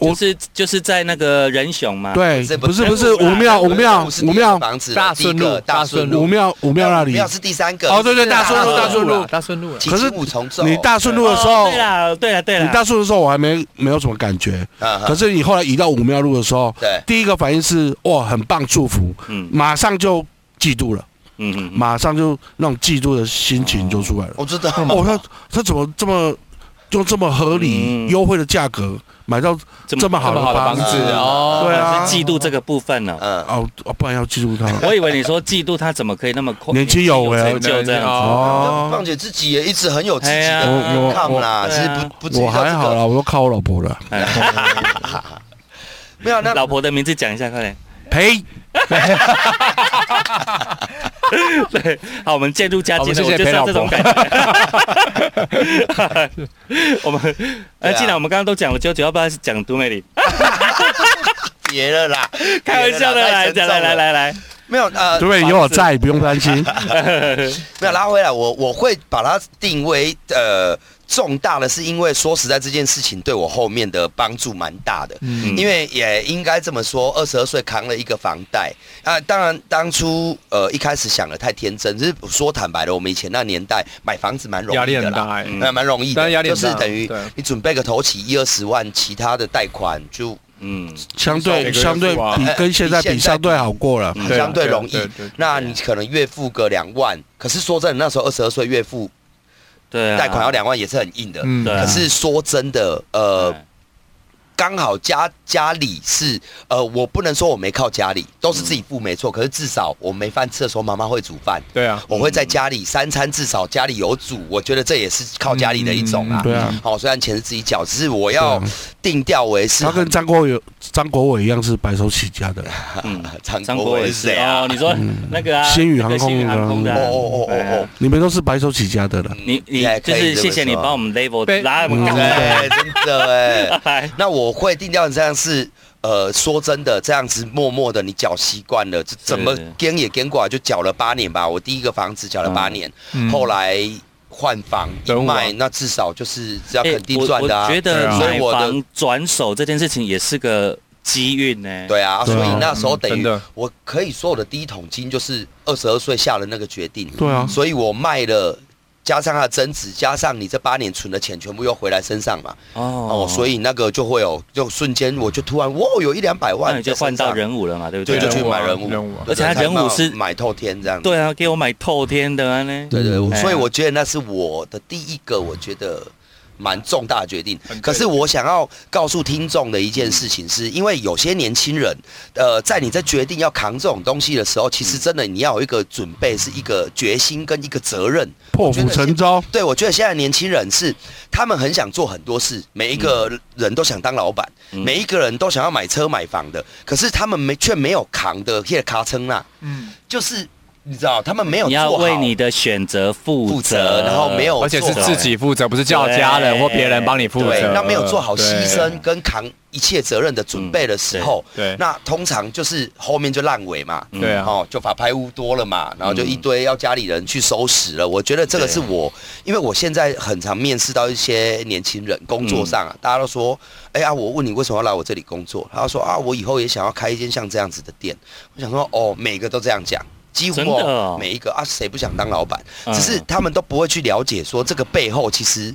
[SPEAKER 5] 我
[SPEAKER 2] 就是就是在那个仁雄嘛。
[SPEAKER 5] 对
[SPEAKER 3] 这，不
[SPEAKER 5] 不是不是
[SPEAKER 2] 这不
[SPEAKER 5] 五庙五庙
[SPEAKER 3] 是
[SPEAKER 5] 五
[SPEAKER 3] 第一
[SPEAKER 5] 庙
[SPEAKER 3] 个房子，
[SPEAKER 4] 大顺路
[SPEAKER 3] 第一个大顺
[SPEAKER 5] 五
[SPEAKER 3] 路，
[SPEAKER 5] 庙五庙那里
[SPEAKER 3] 五，庙是第三个。
[SPEAKER 5] 哦对对大顺路
[SPEAKER 3] 啊
[SPEAKER 5] 大顺路
[SPEAKER 4] 大顺路啦，
[SPEAKER 3] 七
[SPEAKER 5] 可是
[SPEAKER 3] 七五重奏。
[SPEAKER 5] 你大顺路的时候
[SPEAKER 2] 哦，对啦，对啦，对
[SPEAKER 5] 你
[SPEAKER 2] 啦。
[SPEAKER 5] 大顺路的时候我还没没有什么感觉，
[SPEAKER 3] 啊，
[SPEAKER 5] 可
[SPEAKER 3] 可
[SPEAKER 5] 是你后来移到五庙路的时候，
[SPEAKER 3] 对
[SPEAKER 5] 第一个反应是哇很棒祝福，
[SPEAKER 2] 嗯
[SPEAKER 5] 马上就嫉妒了，
[SPEAKER 2] 嗯嗯嗯，
[SPEAKER 5] 马上就那种嫉妒的心情就出来了。
[SPEAKER 3] 我知道，
[SPEAKER 5] 哦，他他怎么这么用这么合理
[SPEAKER 2] 嗯
[SPEAKER 5] 优惠的价格买到这么好
[SPEAKER 4] 这么
[SPEAKER 5] 的
[SPEAKER 4] 好的
[SPEAKER 5] 房
[SPEAKER 4] 房
[SPEAKER 5] 子？
[SPEAKER 4] 子
[SPEAKER 3] 啊
[SPEAKER 4] 哦，
[SPEAKER 5] 对啊
[SPEAKER 2] 是嫉妒这个部分 呢。
[SPEAKER 3] 嗯，
[SPEAKER 5] 哦，哦不然要记住他。
[SPEAKER 2] 我以为你说嫉妒他怎么可以那么快
[SPEAKER 5] 年轻有为啊
[SPEAKER 2] 成就这样子。
[SPEAKER 5] 哦，
[SPEAKER 3] 况且自己也一直很有自己
[SPEAKER 2] 哎呀
[SPEAKER 3] 的
[SPEAKER 5] 我我哎
[SPEAKER 3] 抗啦，
[SPEAKER 2] 我
[SPEAKER 3] 其实不不至于
[SPEAKER 5] 我
[SPEAKER 3] 到
[SPEAKER 5] 还
[SPEAKER 3] 这
[SPEAKER 5] 好啊
[SPEAKER 3] 个。
[SPEAKER 5] 啦，我都靠我老婆了。
[SPEAKER 3] 哎没有，那
[SPEAKER 2] 老婆的名字讲一下，快点。
[SPEAKER 5] 呸！
[SPEAKER 2] 对，好，我们渐入佳境了，
[SPEAKER 4] 好
[SPEAKER 2] 我
[SPEAKER 4] 我们
[SPEAKER 2] 就
[SPEAKER 4] 谢谢
[SPEAKER 2] 是要这种感觉。 我们，
[SPEAKER 3] 对
[SPEAKER 2] 呃，
[SPEAKER 3] 啊
[SPEAKER 2] 既然我们刚刚都讲了啾啾，要不要讲都美里？
[SPEAKER 3] 也别了 啦，
[SPEAKER 2] 开玩笑的，
[SPEAKER 3] 别了啦
[SPEAKER 2] 来，
[SPEAKER 3] 太
[SPEAKER 2] 再
[SPEAKER 3] 沉重
[SPEAKER 2] 来，来，
[SPEAKER 3] 了
[SPEAKER 2] 来，来，
[SPEAKER 3] 没有呃，
[SPEAKER 5] 对不对？
[SPEAKER 3] 房
[SPEAKER 5] 有我
[SPEAKER 3] 子
[SPEAKER 5] 在，不用担心。
[SPEAKER 3] 没有拉回来，我我会把它定为呃重大的，是因为说实在这件事情对我后面的帮助蛮大的，
[SPEAKER 2] 嗯
[SPEAKER 3] 因为也应该这么说，二十二岁扛了一个房贷啊，当然当初呃一开始想的太天真，就是说坦白的，我们以前那年代买房子蛮容
[SPEAKER 4] 压
[SPEAKER 3] 易
[SPEAKER 4] 力
[SPEAKER 3] 的
[SPEAKER 4] 很
[SPEAKER 3] 啦。
[SPEAKER 4] 大哎。
[SPEAKER 2] 嗯
[SPEAKER 3] 那蛮容易
[SPEAKER 4] 当
[SPEAKER 3] 的
[SPEAKER 4] 然压，力
[SPEAKER 3] 就
[SPEAKER 4] 很大
[SPEAKER 3] 是等于
[SPEAKER 4] 对
[SPEAKER 3] 你准备个头期一二十万，其他的贷款就
[SPEAKER 2] 嗯，
[SPEAKER 5] 相
[SPEAKER 4] 每个
[SPEAKER 5] 对
[SPEAKER 4] 月
[SPEAKER 5] 相对
[SPEAKER 4] 付啊
[SPEAKER 5] 比跟现在比相对好过了。
[SPEAKER 2] 嗯
[SPEAKER 4] 对啊
[SPEAKER 3] 相对容易
[SPEAKER 4] 对啊对啊对啊。
[SPEAKER 3] 那你可能月付个两万，可是说真的，那时候二十二岁月付
[SPEAKER 2] 对啊，
[SPEAKER 3] 贷款要两万也是很硬的。
[SPEAKER 4] 嗯
[SPEAKER 2] 对啊
[SPEAKER 3] 可是说真的，呃，
[SPEAKER 2] 对，
[SPEAKER 3] 刚好家家里是呃，我不能说我没靠家里，都是自己付没
[SPEAKER 4] 嗯
[SPEAKER 3] 错。可是至少我没饭吃的时候，妈妈会煮饭，
[SPEAKER 4] 对啊，
[SPEAKER 3] 我会在家里三餐至少家里有煮，我觉得这也是靠家里的一种啊
[SPEAKER 5] 嗯。对啊，
[SPEAKER 3] 好、虽然钱是自己缴，只是我要
[SPEAKER 5] 对啊
[SPEAKER 3] 定调为是啊
[SPEAKER 5] 他跟张国伟张国伟一样是白手起家的，
[SPEAKER 2] 嗯，
[SPEAKER 3] 张
[SPEAKER 2] 张
[SPEAKER 3] 国
[SPEAKER 2] 国
[SPEAKER 3] 伟
[SPEAKER 2] 伟
[SPEAKER 3] 是
[SPEAKER 2] 是
[SPEAKER 3] 谁啊
[SPEAKER 2] 哦，？你说那个啊，
[SPEAKER 5] 星宇
[SPEAKER 2] 那个
[SPEAKER 5] 航空
[SPEAKER 2] 星宇
[SPEAKER 5] 的啊
[SPEAKER 2] 航空的
[SPEAKER 3] 哦
[SPEAKER 2] 啊，
[SPEAKER 3] 哦哦哦
[SPEAKER 2] 对
[SPEAKER 3] 哦
[SPEAKER 2] 啊，
[SPEAKER 5] 你们都是白手起家的了。
[SPEAKER 2] 你你
[SPEAKER 3] 也可
[SPEAKER 2] 就
[SPEAKER 3] 以嗯
[SPEAKER 2] 是
[SPEAKER 3] 这么
[SPEAKER 2] 谢谢你
[SPEAKER 3] 说
[SPEAKER 2] 帮我们 level
[SPEAKER 4] 被
[SPEAKER 2] 拉我们
[SPEAKER 3] 对
[SPEAKER 2] 高，
[SPEAKER 3] 真的哎。
[SPEAKER 2] 来，
[SPEAKER 3] 那我会定调成这样是，呃，说真的，这样子默默的你缴习惯了，这怎么跟也跟过来，就缴了八年吧。我第一个房子缴了八年，
[SPEAKER 4] 嗯
[SPEAKER 3] 后来换房一
[SPEAKER 4] 等我
[SPEAKER 5] 啊
[SPEAKER 3] 卖，那至少就是要
[SPEAKER 2] 哎
[SPEAKER 3] 肯定赚的啊
[SPEAKER 2] 我我。觉
[SPEAKER 4] 对
[SPEAKER 2] 得
[SPEAKER 4] 啊
[SPEAKER 3] 所
[SPEAKER 2] 买
[SPEAKER 3] 以我的
[SPEAKER 2] 房转手这件事情也是个机运呢。
[SPEAKER 3] 对啊，所
[SPEAKER 5] 对啊
[SPEAKER 3] 以那时候等
[SPEAKER 4] 嗯真
[SPEAKER 3] 于
[SPEAKER 4] 的
[SPEAKER 3] 我可以说我的第一桶金就是二十二岁下的那个决定，
[SPEAKER 5] 对啊，
[SPEAKER 3] 所以我卖了。加上它的增值，加上你这八年存的钱全部又回来身上嘛，哦，所以那个就会有，就瞬间我就突然哇，有一两百
[SPEAKER 2] 那
[SPEAKER 3] 万
[SPEAKER 2] 你就
[SPEAKER 3] 在身上，
[SPEAKER 2] 换到人五了嘛，对不
[SPEAKER 3] 对，
[SPEAKER 2] 对？
[SPEAKER 3] 就去
[SPEAKER 4] 人物啊
[SPEAKER 3] 买人物，
[SPEAKER 4] 人物啊
[SPEAKER 3] 对
[SPEAKER 2] 而且他
[SPEAKER 3] 才
[SPEAKER 2] 人物是
[SPEAKER 3] 买透天这样。
[SPEAKER 2] 对啊，给我买透天的啊呢。
[SPEAKER 3] 对对，
[SPEAKER 5] 嗯
[SPEAKER 4] 哎
[SPEAKER 3] 所以我觉得那是我的第一个，我觉得蛮重大的决定
[SPEAKER 4] 很。对
[SPEAKER 3] 可是我想要告诉听众的一件事情是，因为有些年轻人，呃，在你在决定要扛这种东西的时候，其实真的你要有一个准备，是一个决心跟一个责任。
[SPEAKER 5] 破釜沉舟。
[SPEAKER 3] 对，我觉得现在年轻人是，他们很想做很多事，每一个人都想当老板，
[SPEAKER 2] 嗯
[SPEAKER 3] 每一个人都想要买车买房的，可是他们没却没有扛的些卡称啊，
[SPEAKER 4] 嗯，
[SPEAKER 3] 就是你知道，他们没有
[SPEAKER 2] 你
[SPEAKER 3] 做
[SPEAKER 2] 要
[SPEAKER 3] 好
[SPEAKER 2] 为你的选择负
[SPEAKER 3] 负责，然后没有做好，
[SPEAKER 4] 而且是自己负责，不是叫家人或别人帮你负
[SPEAKER 3] 哦对
[SPEAKER 4] 责，，
[SPEAKER 3] 那没有做好牺牲
[SPEAKER 4] 对。
[SPEAKER 3] 跟扛一切责任的准备的时候，
[SPEAKER 4] 嗯对对
[SPEAKER 3] 那通常就是后面就烂尾嘛。
[SPEAKER 2] 嗯
[SPEAKER 4] 对啊，嗯
[SPEAKER 3] 哦，就法拍屋多了嘛，然后就一堆要家里人去收拾了。我觉得这个是我，因为我现在很常面试到一些年轻人，工作上
[SPEAKER 4] 嗯
[SPEAKER 3] 啊，大家都说，哎呀，我问你为什么要来我这里工作，他说啊，我以后也想要开一间像这样子的店。我想说，哦，每个都这样讲，几乎
[SPEAKER 2] 真的哦
[SPEAKER 3] 每一个啊，谁不想当老板？
[SPEAKER 2] 嗯
[SPEAKER 3] 只是他们都不会去了解说这个背后其实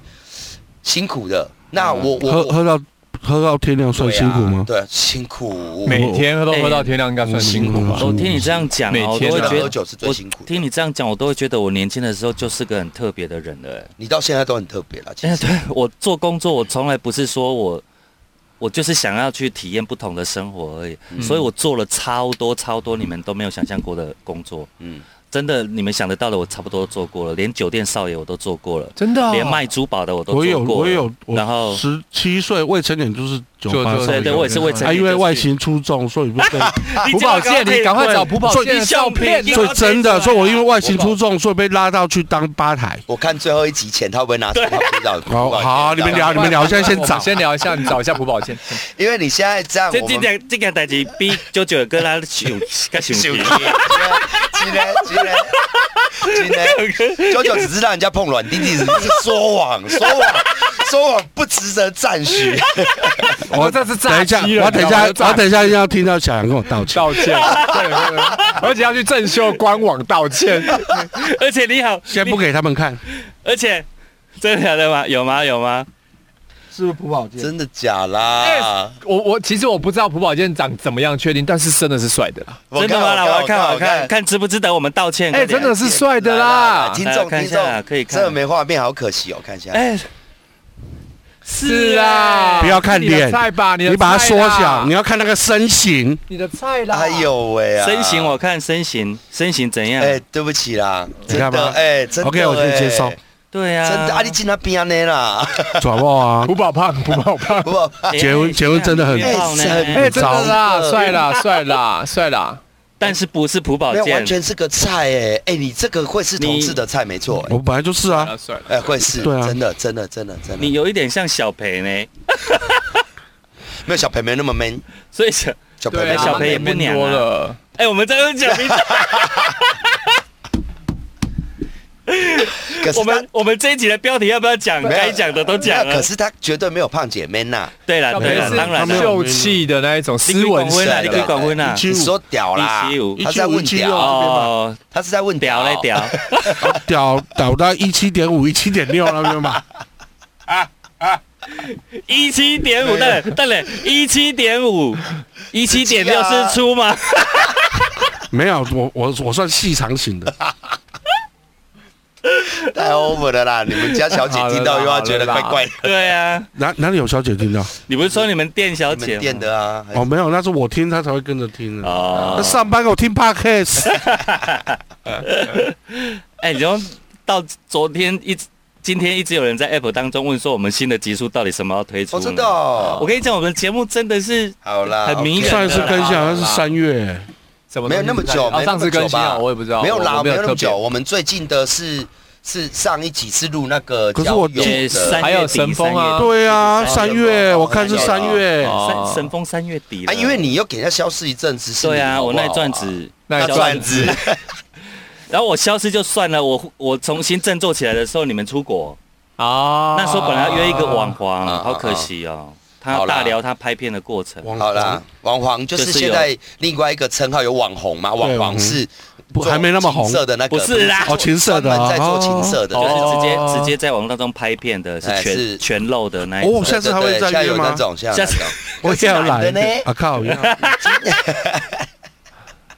[SPEAKER 3] 辛苦的。那
[SPEAKER 2] 嗯
[SPEAKER 3] 我我
[SPEAKER 5] 喝
[SPEAKER 3] 我
[SPEAKER 5] 喝到喝到天亮算辛苦吗？
[SPEAKER 3] 对啊，辛苦。
[SPEAKER 4] 每天都喝到天亮，应该算辛苦吧？
[SPEAKER 2] 我
[SPEAKER 3] 嗯
[SPEAKER 2] 听你这样讲
[SPEAKER 4] 每
[SPEAKER 2] 啊，我都
[SPEAKER 4] 天
[SPEAKER 2] 会
[SPEAKER 4] 啊
[SPEAKER 2] 觉
[SPEAKER 3] 喝
[SPEAKER 2] 得
[SPEAKER 3] 酒是最辛苦的
[SPEAKER 2] 我听你这样讲，我都会觉得我年轻的时候就是个很特别的人了、欸。
[SPEAKER 3] 你到现在都很特别了，其
[SPEAKER 2] 哎，
[SPEAKER 3] 实
[SPEAKER 2] 对我做工作，我从来不是说我，我就是想要去体验不同的生活而已，
[SPEAKER 3] 嗯
[SPEAKER 2] 所以我做了超多超多你们都没有想象过的工作。
[SPEAKER 3] 嗯，
[SPEAKER 2] 真的，你们想得到的我差不多都做过了，连酒店少爷我都做过了，
[SPEAKER 4] 真的哦
[SPEAKER 2] 连卖珠宝的我都
[SPEAKER 5] 哦我有
[SPEAKER 2] 做过了。
[SPEAKER 5] 我有，我
[SPEAKER 2] 然后
[SPEAKER 5] 十七岁未成年就是酒吧
[SPEAKER 4] 就
[SPEAKER 5] 上
[SPEAKER 4] 就
[SPEAKER 2] 对
[SPEAKER 5] 面
[SPEAKER 2] 对，我也是未成年就去。
[SPEAKER 5] 啊，因为外形出众，所以不被。
[SPEAKER 4] 朴宝剑，你赶快找朴宝
[SPEAKER 5] 所以
[SPEAKER 4] 剑的照片。
[SPEAKER 5] 所以真的，所以我因为外形出众，所以被拉到去当吧台。
[SPEAKER 3] 我看最后一集前他会不会拿出
[SPEAKER 2] 啊
[SPEAKER 3] 他辅导？
[SPEAKER 5] 好
[SPEAKER 3] 辅导
[SPEAKER 5] 好，你们聊，你们聊，现在先
[SPEAKER 4] 我
[SPEAKER 5] 找
[SPEAKER 4] 们。先聊一下，你找一下朴宝剑。
[SPEAKER 3] 因为你现在这样，
[SPEAKER 2] 这
[SPEAKER 3] 我
[SPEAKER 2] 这
[SPEAKER 3] 们
[SPEAKER 2] 件这件代志比九九哥他想，较想
[SPEAKER 3] 今
[SPEAKER 2] 气
[SPEAKER 3] 天今天今天今 天，九九只是让人家碰软钉钉，只是说谎说谎说谎不值得 赞许。
[SPEAKER 4] 我这是
[SPEAKER 5] 哦等一下，我等一下，我等一下要听到小杨跟我道歉。
[SPEAKER 4] 道歉，对对对，而且要去正秀官网道歉。
[SPEAKER 2] 而且你好，
[SPEAKER 5] 先不给他们看，
[SPEAKER 2] 而且真的假的吗？有吗？有吗？
[SPEAKER 5] 是不是朴宝剑？
[SPEAKER 3] 真的假
[SPEAKER 2] 哎
[SPEAKER 3] 啦？
[SPEAKER 4] 我我其实我不知道朴宝剑长怎么样确定，但是真的是帅的啦，
[SPEAKER 3] 我
[SPEAKER 2] 真的吗？来，我要看，我要看看值不值得我们道歉。快
[SPEAKER 4] 哎，
[SPEAKER 2] 点
[SPEAKER 4] 真的是帅的
[SPEAKER 3] 来来来
[SPEAKER 4] 啦。
[SPEAKER 3] 听
[SPEAKER 2] 来
[SPEAKER 3] 众
[SPEAKER 2] 看一
[SPEAKER 3] 听
[SPEAKER 2] 下
[SPEAKER 3] 众
[SPEAKER 2] 可以看
[SPEAKER 3] 这没画面，好可惜哦，看一下。
[SPEAKER 2] 哎，
[SPEAKER 5] 啊
[SPEAKER 4] 是啊，
[SPEAKER 5] 不要看
[SPEAKER 4] 你的
[SPEAKER 5] 脸
[SPEAKER 4] 菜吧，你的
[SPEAKER 5] 你把它
[SPEAKER 4] 菜
[SPEAKER 5] 缩
[SPEAKER 4] 啦
[SPEAKER 5] 小，你要看那个身形。
[SPEAKER 4] 你的菜啦。
[SPEAKER 3] 哎呦喂啊！
[SPEAKER 2] 身形我看身形，身形怎样？
[SPEAKER 3] 哎，对不起啦，
[SPEAKER 5] 你
[SPEAKER 3] 真
[SPEAKER 5] 看
[SPEAKER 3] 的
[SPEAKER 5] 吧
[SPEAKER 3] 哎，真的
[SPEAKER 5] OK，我可以
[SPEAKER 3] 哎
[SPEAKER 5] 接受
[SPEAKER 2] 对
[SPEAKER 3] 真
[SPEAKER 2] 啊，
[SPEAKER 3] 的，啊，你进他边呢啦，
[SPEAKER 5] 转 不啊
[SPEAKER 4] 朴？宝胖，朴宝
[SPEAKER 5] 哦
[SPEAKER 4] 胖，
[SPEAKER 3] 不过
[SPEAKER 2] 哎
[SPEAKER 5] 结婚结婚真的很
[SPEAKER 2] 哎棒呢
[SPEAKER 3] 哎
[SPEAKER 4] 哎，真的啦，
[SPEAKER 3] 糟
[SPEAKER 4] 帅 啦，帅啦，帅啦。
[SPEAKER 2] 但是不是朴宝
[SPEAKER 3] 没有完
[SPEAKER 2] 剑？
[SPEAKER 3] 全是个菜哎，哎，你这个会是同志的菜没错，哎
[SPEAKER 5] 我本来就是啊，
[SPEAKER 4] 帅了
[SPEAKER 3] 哎，会是，
[SPEAKER 5] 对啊
[SPEAKER 3] 真的，真的，真的，真的
[SPEAKER 2] 你，有一点像小裴呢，
[SPEAKER 3] 没有小培没那么 man，
[SPEAKER 2] 所以小
[SPEAKER 3] 小朋
[SPEAKER 4] 对
[SPEAKER 3] 友
[SPEAKER 4] 啊，
[SPEAKER 2] 小朋友也不
[SPEAKER 4] 变
[SPEAKER 2] 娘啊
[SPEAKER 4] 多了，
[SPEAKER 2] 哎、我们在这讲名字，
[SPEAKER 3] 可是
[SPEAKER 2] 我
[SPEAKER 3] 他
[SPEAKER 2] 们我们这一集的标题要不要讲？
[SPEAKER 3] 没有
[SPEAKER 2] 该讲的都讲啊
[SPEAKER 3] 那可
[SPEAKER 2] 了。
[SPEAKER 3] 是他绝对没有胖姐妹呐，
[SPEAKER 2] 对了
[SPEAKER 4] 小朋
[SPEAKER 2] 对
[SPEAKER 4] 友
[SPEAKER 2] 了，
[SPEAKER 4] 是
[SPEAKER 2] 当然
[SPEAKER 5] 他没有
[SPEAKER 2] 了，
[SPEAKER 4] 秀气的那一种斯文
[SPEAKER 2] 你可以广婚啊，
[SPEAKER 3] 啦
[SPEAKER 4] 型
[SPEAKER 2] 你可以广婚啊
[SPEAKER 3] 你
[SPEAKER 4] 的
[SPEAKER 5] 一。七五
[SPEAKER 3] 说屌啦
[SPEAKER 2] 一七五，
[SPEAKER 3] 他在问
[SPEAKER 5] 一七五一七
[SPEAKER 3] 屌
[SPEAKER 5] 六，
[SPEAKER 2] 哦，
[SPEAKER 3] 他是在问
[SPEAKER 2] 屌嘞屌，
[SPEAKER 5] 屌屌到一七点五、一七点六那边吧，
[SPEAKER 2] 一七点 五，对对嘞，一七点五，一七点六
[SPEAKER 3] 啊
[SPEAKER 2] 是出吗？
[SPEAKER 5] 没有，我我我算细长型的，
[SPEAKER 3] 太 over 了啦！你们家小 姐听到又要觉得怪怪的，
[SPEAKER 2] 对啊，
[SPEAKER 5] 哪哪里有小姐听到？
[SPEAKER 2] 你不是说你们店小
[SPEAKER 3] 你
[SPEAKER 2] 姐
[SPEAKER 3] 们
[SPEAKER 2] 吗
[SPEAKER 3] 店的啊，还
[SPEAKER 5] 哦，没有，那是我听，她才会跟着听的。
[SPEAKER 2] 哦
[SPEAKER 5] 那？上班给我听 podcast，
[SPEAKER 2] 哎，你从到昨天一直，今天一直有人在 App 当中问说我们新的集数到底什么时候推出？
[SPEAKER 3] 哦，真的，哦
[SPEAKER 2] 我，跟你讲，我们节目真的是
[SPEAKER 3] 好啦，
[SPEAKER 2] 很迷人
[SPEAKER 3] OK
[SPEAKER 5] 上一次更新好像是三月，
[SPEAKER 4] 什么
[SPEAKER 3] 没有那么久，
[SPEAKER 4] 啊
[SPEAKER 3] 没有
[SPEAKER 4] 上次
[SPEAKER 3] 那么
[SPEAKER 4] 更
[SPEAKER 3] 久
[SPEAKER 4] 新啊，
[SPEAKER 3] 吧？
[SPEAKER 4] 我也不知道，
[SPEAKER 3] 没有啦，
[SPEAKER 4] 我
[SPEAKER 3] 没有那么
[SPEAKER 4] 特别
[SPEAKER 3] 久。我们最近的是是上一集是录那个
[SPEAKER 5] 可是
[SPEAKER 3] 交
[SPEAKER 5] 我
[SPEAKER 3] 友
[SPEAKER 2] 也
[SPEAKER 3] 的，
[SPEAKER 2] 三
[SPEAKER 4] 还有
[SPEAKER 2] 月底
[SPEAKER 4] 神风啊
[SPEAKER 2] 三月底
[SPEAKER 5] 对啊，
[SPEAKER 2] 哦
[SPEAKER 5] 三月，我看是三月，
[SPEAKER 4] 哦
[SPEAKER 2] 三啊神风三月底了
[SPEAKER 3] 啊，因为你又给人家消失一阵子，是
[SPEAKER 2] 对
[SPEAKER 3] 你
[SPEAKER 2] 啊，
[SPEAKER 3] 好不
[SPEAKER 2] 我
[SPEAKER 3] 好
[SPEAKER 2] 那一段子，
[SPEAKER 4] 那一
[SPEAKER 3] 那
[SPEAKER 4] 段
[SPEAKER 3] 段
[SPEAKER 4] 子
[SPEAKER 3] 子，
[SPEAKER 2] 然后我消失就算了，我我重新振作起来的时候，你们出国，
[SPEAKER 4] 啊，
[SPEAKER 2] 哦那时候本来要约一个网黄，
[SPEAKER 3] 啊
[SPEAKER 2] 好可惜哦，他
[SPEAKER 3] 好啦
[SPEAKER 2] 大聊他拍片的过程，
[SPEAKER 5] 网
[SPEAKER 3] 好啦，，网黄就是
[SPEAKER 2] 就是
[SPEAKER 3] 现
[SPEAKER 2] 有
[SPEAKER 3] 在另外一个称号有网红嘛，网
[SPEAKER 5] 网
[SPEAKER 3] 黄
[SPEAKER 5] 红
[SPEAKER 3] 是
[SPEAKER 5] 不
[SPEAKER 3] 做
[SPEAKER 5] 还没那么红
[SPEAKER 3] 情色的那个，
[SPEAKER 2] 不是啦
[SPEAKER 5] 哦情色的
[SPEAKER 3] 专门在做
[SPEAKER 5] 哦
[SPEAKER 3] 情色的，
[SPEAKER 2] 就
[SPEAKER 3] 对对对
[SPEAKER 2] 是直接
[SPEAKER 4] 哦
[SPEAKER 2] 直接在网络当中拍片的，是
[SPEAKER 3] 哎
[SPEAKER 2] 全
[SPEAKER 3] 是
[SPEAKER 2] 全露的那一
[SPEAKER 5] 哦，
[SPEAKER 2] 种。
[SPEAKER 5] 下次还会
[SPEAKER 3] 对对
[SPEAKER 5] 再
[SPEAKER 3] 现在
[SPEAKER 5] 约
[SPEAKER 3] 有那
[SPEAKER 5] 吗？
[SPEAKER 3] 种，现
[SPEAKER 2] 下
[SPEAKER 3] 在有
[SPEAKER 2] 次
[SPEAKER 3] 那种
[SPEAKER 5] 我也要
[SPEAKER 3] 我
[SPEAKER 5] 来
[SPEAKER 3] 是男的呢
[SPEAKER 5] 啊 靠！要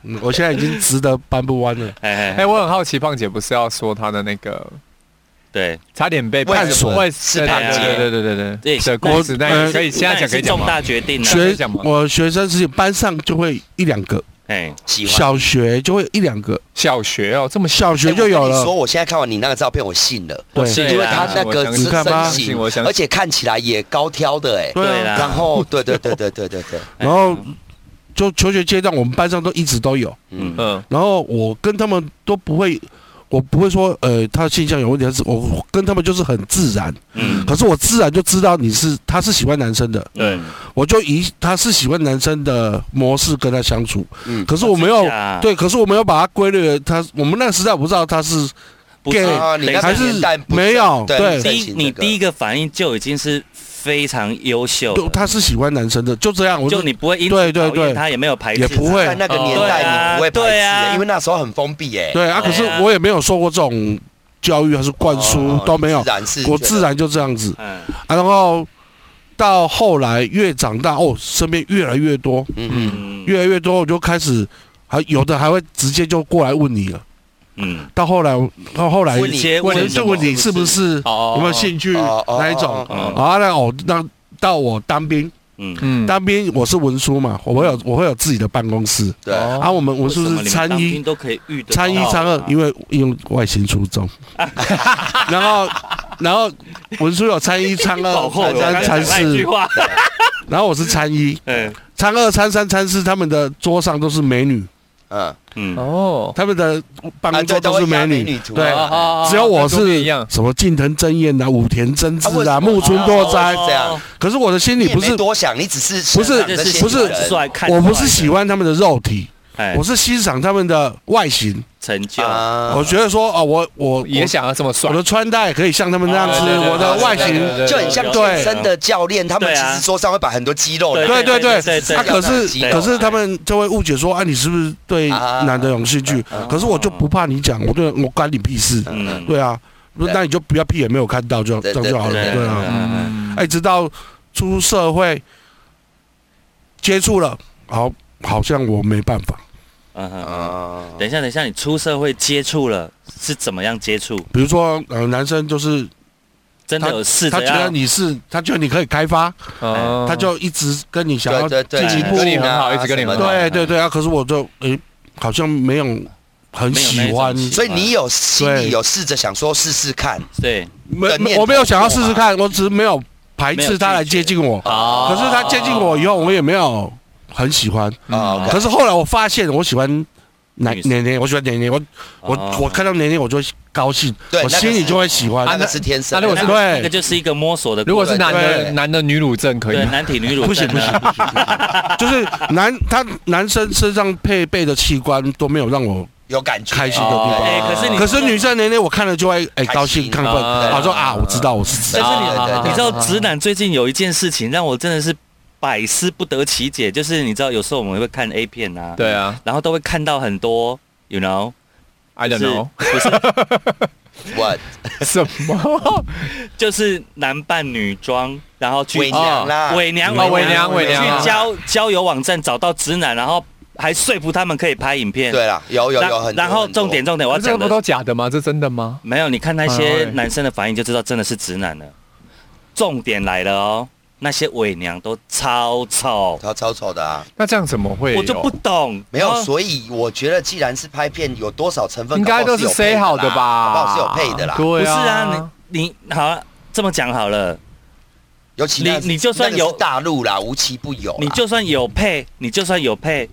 [SPEAKER 5] 嗯我现在已经直的搬不弯了，
[SPEAKER 2] 哎
[SPEAKER 4] 哎，我很好奇，胖姐不是要说她的那个
[SPEAKER 2] 对
[SPEAKER 4] 差点被
[SPEAKER 3] 为什么
[SPEAKER 4] 为
[SPEAKER 3] 是
[SPEAKER 4] 对
[SPEAKER 2] 胖姐
[SPEAKER 4] 对对对对对
[SPEAKER 2] 对
[SPEAKER 4] 对，的
[SPEAKER 2] 那
[SPEAKER 4] 故事，那
[SPEAKER 5] 呃
[SPEAKER 4] 哎可以现
[SPEAKER 2] 那
[SPEAKER 4] 在
[SPEAKER 2] 也
[SPEAKER 4] 讲可
[SPEAKER 2] 是
[SPEAKER 4] 以讲
[SPEAKER 2] 重
[SPEAKER 4] 吗？
[SPEAKER 2] 大决定啊
[SPEAKER 4] 可
[SPEAKER 2] 了，
[SPEAKER 5] 学
[SPEAKER 4] 以讲吗
[SPEAKER 5] 我学生时期班上就会一两个，
[SPEAKER 2] 哎，
[SPEAKER 3] 喜欢。
[SPEAKER 5] 小学就会一两个，
[SPEAKER 4] 小学哦，这么小，
[SPEAKER 5] 小学就有
[SPEAKER 3] 哎我跟你说
[SPEAKER 5] 了。
[SPEAKER 3] 我现在看完你那个照片，我信了，
[SPEAKER 5] 对
[SPEAKER 2] 是
[SPEAKER 3] 因为
[SPEAKER 2] 啦
[SPEAKER 3] 他那个
[SPEAKER 4] 我
[SPEAKER 3] 是
[SPEAKER 5] 相信你看吧
[SPEAKER 3] 身
[SPEAKER 4] 相信我
[SPEAKER 3] 形，
[SPEAKER 4] 相信
[SPEAKER 3] 而且看起来也高挑的哎。
[SPEAKER 5] 对
[SPEAKER 2] 对
[SPEAKER 5] 啊，
[SPEAKER 2] 啦，
[SPEAKER 3] 然后，对对对对对对对，
[SPEAKER 5] 然后
[SPEAKER 2] 嗯
[SPEAKER 5] 就求学阶段，我们班上都一直都有。
[SPEAKER 3] 嗯，
[SPEAKER 4] 嗯，
[SPEAKER 5] 然后我跟他们都不会，我不会说呃他性向有问题，还是我我跟他们就是很自然。
[SPEAKER 2] 嗯，
[SPEAKER 5] 可是我自然就知道你是他是喜欢男生的，
[SPEAKER 2] 对，
[SPEAKER 5] 我就以他是喜欢男生的模式跟他相处。
[SPEAKER 3] 嗯
[SPEAKER 5] 可是我没有
[SPEAKER 2] 真假啊
[SPEAKER 5] 对，可是我没有把他归类为他，我们那个时代我不知道他是
[SPEAKER 2] 不
[SPEAKER 5] gay，
[SPEAKER 2] 是
[SPEAKER 3] 啊，你那
[SPEAKER 2] 还
[SPEAKER 3] 个
[SPEAKER 2] 是
[SPEAKER 3] 年代不
[SPEAKER 5] 没有对
[SPEAKER 3] 对，
[SPEAKER 2] 第一，你第一
[SPEAKER 3] 一
[SPEAKER 2] 个反应就已经是非常优秀
[SPEAKER 5] 就
[SPEAKER 2] 了，
[SPEAKER 5] 他是喜欢男生的，就这样。我
[SPEAKER 2] 就你不会因
[SPEAKER 5] 对对
[SPEAKER 2] 讨厌
[SPEAKER 5] 对
[SPEAKER 2] 他也没有排斥
[SPEAKER 5] 也不会
[SPEAKER 3] 在那个年代你不会排
[SPEAKER 2] 对
[SPEAKER 3] 斥
[SPEAKER 2] 啊
[SPEAKER 3] 哎，因为那时候很封闭哎，
[SPEAKER 5] 对啊，可是
[SPEAKER 2] 对啊
[SPEAKER 5] 我也没有受过这种教育还是灌输
[SPEAKER 3] 哦
[SPEAKER 5] 都没有
[SPEAKER 3] 自，然是觉
[SPEAKER 5] 我
[SPEAKER 3] 得
[SPEAKER 5] 自然就这样子。
[SPEAKER 2] 嗯，
[SPEAKER 5] 啊，然后到后来越长大，哦，身边越来越多，
[SPEAKER 3] 嗯嗯，
[SPEAKER 2] 嗯
[SPEAKER 5] 越来越多，我就开始还有的还会直接就过来问你了。
[SPEAKER 2] 嗯，
[SPEAKER 5] 到后来，到后来
[SPEAKER 2] 问你些问
[SPEAKER 5] 就
[SPEAKER 2] 你什
[SPEAKER 5] 就
[SPEAKER 2] 么
[SPEAKER 5] 问你是不是
[SPEAKER 4] 哦
[SPEAKER 5] 有没有兴趣
[SPEAKER 3] 哦哦
[SPEAKER 5] 那一
[SPEAKER 3] 哦
[SPEAKER 5] 种
[SPEAKER 2] 哦哦
[SPEAKER 5] 啊？那哦，那到我当兵，
[SPEAKER 2] 嗯
[SPEAKER 4] 嗯，
[SPEAKER 5] 当兵我是文书嘛，我会有我会有自己的办公室，
[SPEAKER 3] 对，
[SPEAKER 4] 哦
[SPEAKER 5] 啊，我们文
[SPEAKER 2] 为什么
[SPEAKER 5] 书
[SPEAKER 2] 你
[SPEAKER 5] 是
[SPEAKER 2] 们
[SPEAKER 5] 参
[SPEAKER 2] 当
[SPEAKER 5] 一
[SPEAKER 2] 兵都啊可以遇得到嗯
[SPEAKER 5] 参一参二，因为因为外形出 众，然后然后文书有参 一参
[SPEAKER 2] 保
[SPEAKER 5] 二
[SPEAKER 2] 哦后
[SPEAKER 5] 参三参
[SPEAKER 2] 一
[SPEAKER 5] 四
[SPEAKER 2] 句，话，
[SPEAKER 5] 然后我是参一
[SPEAKER 2] 嗯
[SPEAKER 5] 参二参三参四，他们的桌上都是美女，
[SPEAKER 3] 嗯，
[SPEAKER 2] 嗯，
[SPEAKER 4] 哦，
[SPEAKER 5] 他们的办
[SPEAKER 3] 啊
[SPEAKER 5] 公桌
[SPEAKER 3] 对
[SPEAKER 5] 都是
[SPEAKER 3] 会压
[SPEAKER 5] 美
[SPEAKER 3] 美
[SPEAKER 5] 女
[SPEAKER 3] 女，图
[SPEAKER 5] 对
[SPEAKER 3] 啊，
[SPEAKER 2] 哦
[SPEAKER 5] 只有我
[SPEAKER 4] 跟桌面
[SPEAKER 5] 是
[SPEAKER 4] 一样，
[SPEAKER 5] 什么近藤真彦啊、武田真
[SPEAKER 3] 啊为
[SPEAKER 5] 治
[SPEAKER 3] 什
[SPEAKER 5] 啊、
[SPEAKER 3] 么
[SPEAKER 5] 木村拓哉
[SPEAKER 3] 哦，这样
[SPEAKER 5] 可是我的心里
[SPEAKER 3] 你也
[SPEAKER 5] 不
[SPEAKER 3] 没
[SPEAKER 5] 是，
[SPEAKER 3] 多想，你只是
[SPEAKER 5] 不是
[SPEAKER 3] 欣赏这些
[SPEAKER 5] 不是
[SPEAKER 3] 女人
[SPEAKER 2] 帅看，
[SPEAKER 5] 我不是喜欢他们的肉体，
[SPEAKER 2] 哎
[SPEAKER 5] 我是欣赏他们的外形，
[SPEAKER 2] 成就，
[SPEAKER 3] 啊
[SPEAKER 5] 我觉得说啊，我我
[SPEAKER 4] 也想要这么帅
[SPEAKER 5] 我的，穿戴可以像他们那样子，
[SPEAKER 2] 哦对对对
[SPEAKER 5] 我的外
[SPEAKER 4] 对对
[SPEAKER 5] 形
[SPEAKER 4] 对对
[SPEAKER 3] 就很像健身的教练，他们其实桌上会摆很多肌肉的，
[SPEAKER 5] 对对对
[SPEAKER 2] 对对
[SPEAKER 5] 啊，可
[SPEAKER 3] 肌
[SPEAKER 5] 是
[SPEAKER 3] 肉
[SPEAKER 5] 可是他们就会误解说，啊，你是不是对
[SPEAKER 3] 啊
[SPEAKER 5] 男的有兴趣？
[SPEAKER 2] 啊
[SPEAKER 5] 可是我就不怕你讲，我对我干你屁事，
[SPEAKER 2] 嗯，
[SPEAKER 5] 对啊，
[SPEAKER 3] 对
[SPEAKER 5] 那你就不要屁也没有看到，就这
[SPEAKER 3] 对
[SPEAKER 5] 样就好了，
[SPEAKER 2] 对对
[SPEAKER 5] 对
[SPEAKER 2] 对
[SPEAKER 5] 啊。
[SPEAKER 4] 嗯，
[SPEAKER 5] 哎，直到出社会接触了，好，好像我没办法。
[SPEAKER 2] 嗯哼嗯
[SPEAKER 3] 啊，
[SPEAKER 2] 等一下，等一下，你出社会接触了是怎么样接触？
[SPEAKER 5] 比如说，呃，男生就是
[SPEAKER 2] 真的有试
[SPEAKER 5] 他
[SPEAKER 2] 着
[SPEAKER 5] 觉得
[SPEAKER 2] 要
[SPEAKER 5] 你是，他觉得你可以开发，
[SPEAKER 4] 哦
[SPEAKER 5] 他就一直跟你想要
[SPEAKER 3] 对对对，
[SPEAKER 5] 进一步
[SPEAKER 4] 跟你很好一直跟你很好
[SPEAKER 5] 对对对啊！可是我就诶，好像没有很喜
[SPEAKER 2] 没
[SPEAKER 5] 欢
[SPEAKER 2] 有那一种，喜
[SPEAKER 3] 所以你有心里有试着想说试试看，
[SPEAKER 2] 对
[SPEAKER 5] 没
[SPEAKER 3] 的念头
[SPEAKER 5] 我没有想要试试看，我只是没有排斥他来接近我。
[SPEAKER 4] 哦
[SPEAKER 5] 可是他接近我以后，我也没有很喜欢。
[SPEAKER 3] 啊
[SPEAKER 5] 可是后来我发现我喜欢奶
[SPEAKER 2] 女生
[SPEAKER 5] 年年，我喜欢年年，我我
[SPEAKER 2] 哦
[SPEAKER 5] 我看到年年我就高兴，
[SPEAKER 3] 对
[SPEAKER 5] 我
[SPEAKER 3] 那个
[SPEAKER 5] 心里
[SPEAKER 3] 是
[SPEAKER 5] 就会喜欢。
[SPEAKER 3] 那个是天生的。
[SPEAKER 4] 那如果是
[SPEAKER 2] 那个
[SPEAKER 5] 对，
[SPEAKER 2] 就是一个摸索的过程。
[SPEAKER 4] 如果是男的
[SPEAKER 5] 对
[SPEAKER 4] 男的女乳症可以
[SPEAKER 2] 对
[SPEAKER 4] 吗？
[SPEAKER 2] 男体女乳
[SPEAKER 5] 不行不行，不行， 就是男他男生身上配备的器官都没有让我，
[SPEAKER 3] 有感觉，
[SPEAKER 5] 开心的地
[SPEAKER 3] 哦
[SPEAKER 5] 方
[SPEAKER 2] 哎，可是你
[SPEAKER 5] 可是女生年年我看了就会
[SPEAKER 3] 开
[SPEAKER 5] 哎
[SPEAKER 3] 心
[SPEAKER 5] 高兴亢奋，
[SPEAKER 4] 啊
[SPEAKER 5] 我说啊我知道我是直
[SPEAKER 2] 但
[SPEAKER 5] 男
[SPEAKER 2] 是你、
[SPEAKER 3] 啊对对 对
[SPEAKER 2] 你知道直男最近有一件事情让我真的是百思不得其解，就是你知道有时候我们会看 A 片啊，
[SPEAKER 4] 对，啊
[SPEAKER 2] 然后都会看到很多，you know，
[SPEAKER 4] ，I
[SPEAKER 2] 就
[SPEAKER 4] don't
[SPEAKER 2] 是
[SPEAKER 4] know
[SPEAKER 2] 不是
[SPEAKER 3] 我
[SPEAKER 4] 什么
[SPEAKER 2] 就是男扮女装，然后去
[SPEAKER 3] 伪娘啊啦，
[SPEAKER 2] 伪娘
[SPEAKER 4] 哦伪娘伪娘啊
[SPEAKER 2] 去交交友网站找到直男，然后还说服他们可以拍影片，
[SPEAKER 3] 对啦，有有
[SPEAKER 2] 然，
[SPEAKER 3] 有很多，
[SPEAKER 2] 然后
[SPEAKER 3] 很多
[SPEAKER 2] 重点 重点我要
[SPEAKER 4] 这个
[SPEAKER 2] 讲
[SPEAKER 4] 不
[SPEAKER 2] 的
[SPEAKER 4] 都假的吗？这真的吗？
[SPEAKER 2] 没有，你看那些
[SPEAKER 4] 哎
[SPEAKER 2] 男生的反应就知道真的是直男了。重点来了哦，那些伪娘都超丑，
[SPEAKER 3] 超超丑的啊，
[SPEAKER 4] 那这样怎么会有？
[SPEAKER 2] 我就不懂。
[SPEAKER 3] 没有，
[SPEAKER 2] 然后
[SPEAKER 3] 所以我觉得既然是拍片，有多少成分
[SPEAKER 4] 应该都是 say 好的
[SPEAKER 3] 的好
[SPEAKER 4] 吧？
[SPEAKER 3] 不好是有配的啦，
[SPEAKER 4] 对
[SPEAKER 2] 不是啊
[SPEAKER 4] 啊，，
[SPEAKER 2] 你你好啊这么讲好了，
[SPEAKER 3] 啊尤其那
[SPEAKER 2] 你你就算
[SPEAKER 3] 那个是
[SPEAKER 2] 有
[SPEAKER 3] 大陆啦，无奇不有啦，
[SPEAKER 2] 你就算有配，你就算有配，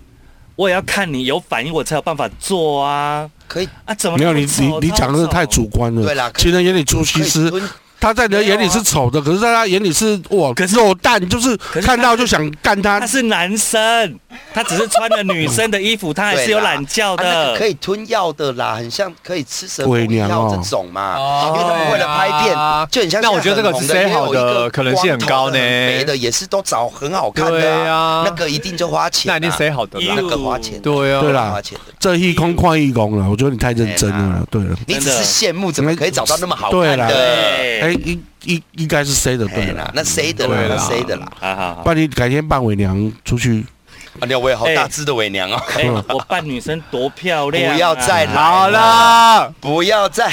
[SPEAKER 2] 我也要看你有反应，我才有办法做啊
[SPEAKER 3] 可以
[SPEAKER 2] 啊！怎么
[SPEAKER 5] 没有
[SPEAKER 2] 那
[SPEAKER 5] 你
[SPEAKER 2] 么
[SPEAKER 5] 你
[SPEAKER 2] 丑
[SPEAKER 5] 你讲的太。主观了，
[SPEAKER 3] 对啦可
[SPEAKER 5] 情人眼里出西
[SPEAKER 3] 可以
[SPEAKER 5] 施，
[SPEAKER 3] 蹲
[SPEAKER 5] 他在你的眼里是丑的，可是在他眼里是哇
[SPEAKER 2] 可是
[SPEAKER 5] 肉蛋，就是
[SPEAKER 2] 是他
[SPEAKER 5] 看到就想干
[SPEAKER 2] 超丑
[SPEAKER 5] 他
[SPEAKER 2] 他。是男生，他只是穿了女生的衣服，他还是 有懒觉
[SPEAKER 3] 啊那
[SPEAKER 2] 的。
[SPEAKER 3] 个可以吞药的啦，很像可以吃蛇
[SPEAKER 5] 鬼
[SPEAKER 3] 蜂
[SPEAKER 5] 娘
[SPEAKER 3] 药
[SPEAKER 5] 哦
[SPEAKER 3] 这种嘛。
[SPEAKER 4] 哦
[SPEAKER 3] 因为他们为了拍
[SPEAKER 4] 对啊
[SPEAKER 3] 片，就很像现在很红的。
[SPEAKER 4] 那我觉得这个
[SPEAKER 3] 也
[SPEAKER 4] say
[SPEAKER 3] 有
[SPEAKER 4] 好的
[SPEAKER 3] 一个
[SPEAKER 4] 可能性很高呢
[SPEAKER 3] 光头的很肥的也是都找很好看
[SPEAKER 4] 对
[SPEAKER 3] 的
[SPEAKER 4] 啊
[SPEAKER 3] 啊，那个一定就花钱啊。
[SPEAKER 4] 那一定 say 好的啦
[SPEAKER 3] 那。个花钱，
[SPEAKER 4] 对啊，
[SPEAKER 5] 对啦
[SPEAKER 3] 花钱的。
[SPEAKER 5] 这一空旷一公了，我觉得你太认真
[SPEAKER 3] 哎
[SPEAKER 5] 了。对了，
[SPEAKER 3] 你只是羡慕，怎么可以找到那么好
[SPEAKER 5] 对
[SPEAKER 3] 看
[SPEAKER 5] 啦
[SPEAKER 3] 的？
[SPEAKER 5] 哎，
[SPEAKER 2] 对，
[SPEAKER 5] 应应应该是 C 的
[SPEAKER 3] 哎
[SPEAKER 5] 对
[SPEAKER 3] 啦
[SPEAKER 5] 了，，
[SPEAKER 3] 那谁的啦
[SPEAKER 4] 对？啦
[SPEAKER 3] 那谁的啦？
[SPEAKER 2] 好好好
[SPEAKER 5] 不。然你改天扮伪娘出去。
[SPEAKER 3] 啊，廖伟好
[SPEAKER 2] 哎
[SPEAKER 3] 大只的伪娘哦！
[SPEAKER 2] 哎，我扮女生多漂亮啊！
[SPEAKER 3] 哎不要再来
[SPEAKER 4] 好了，
[SPEAKER 3] 不要再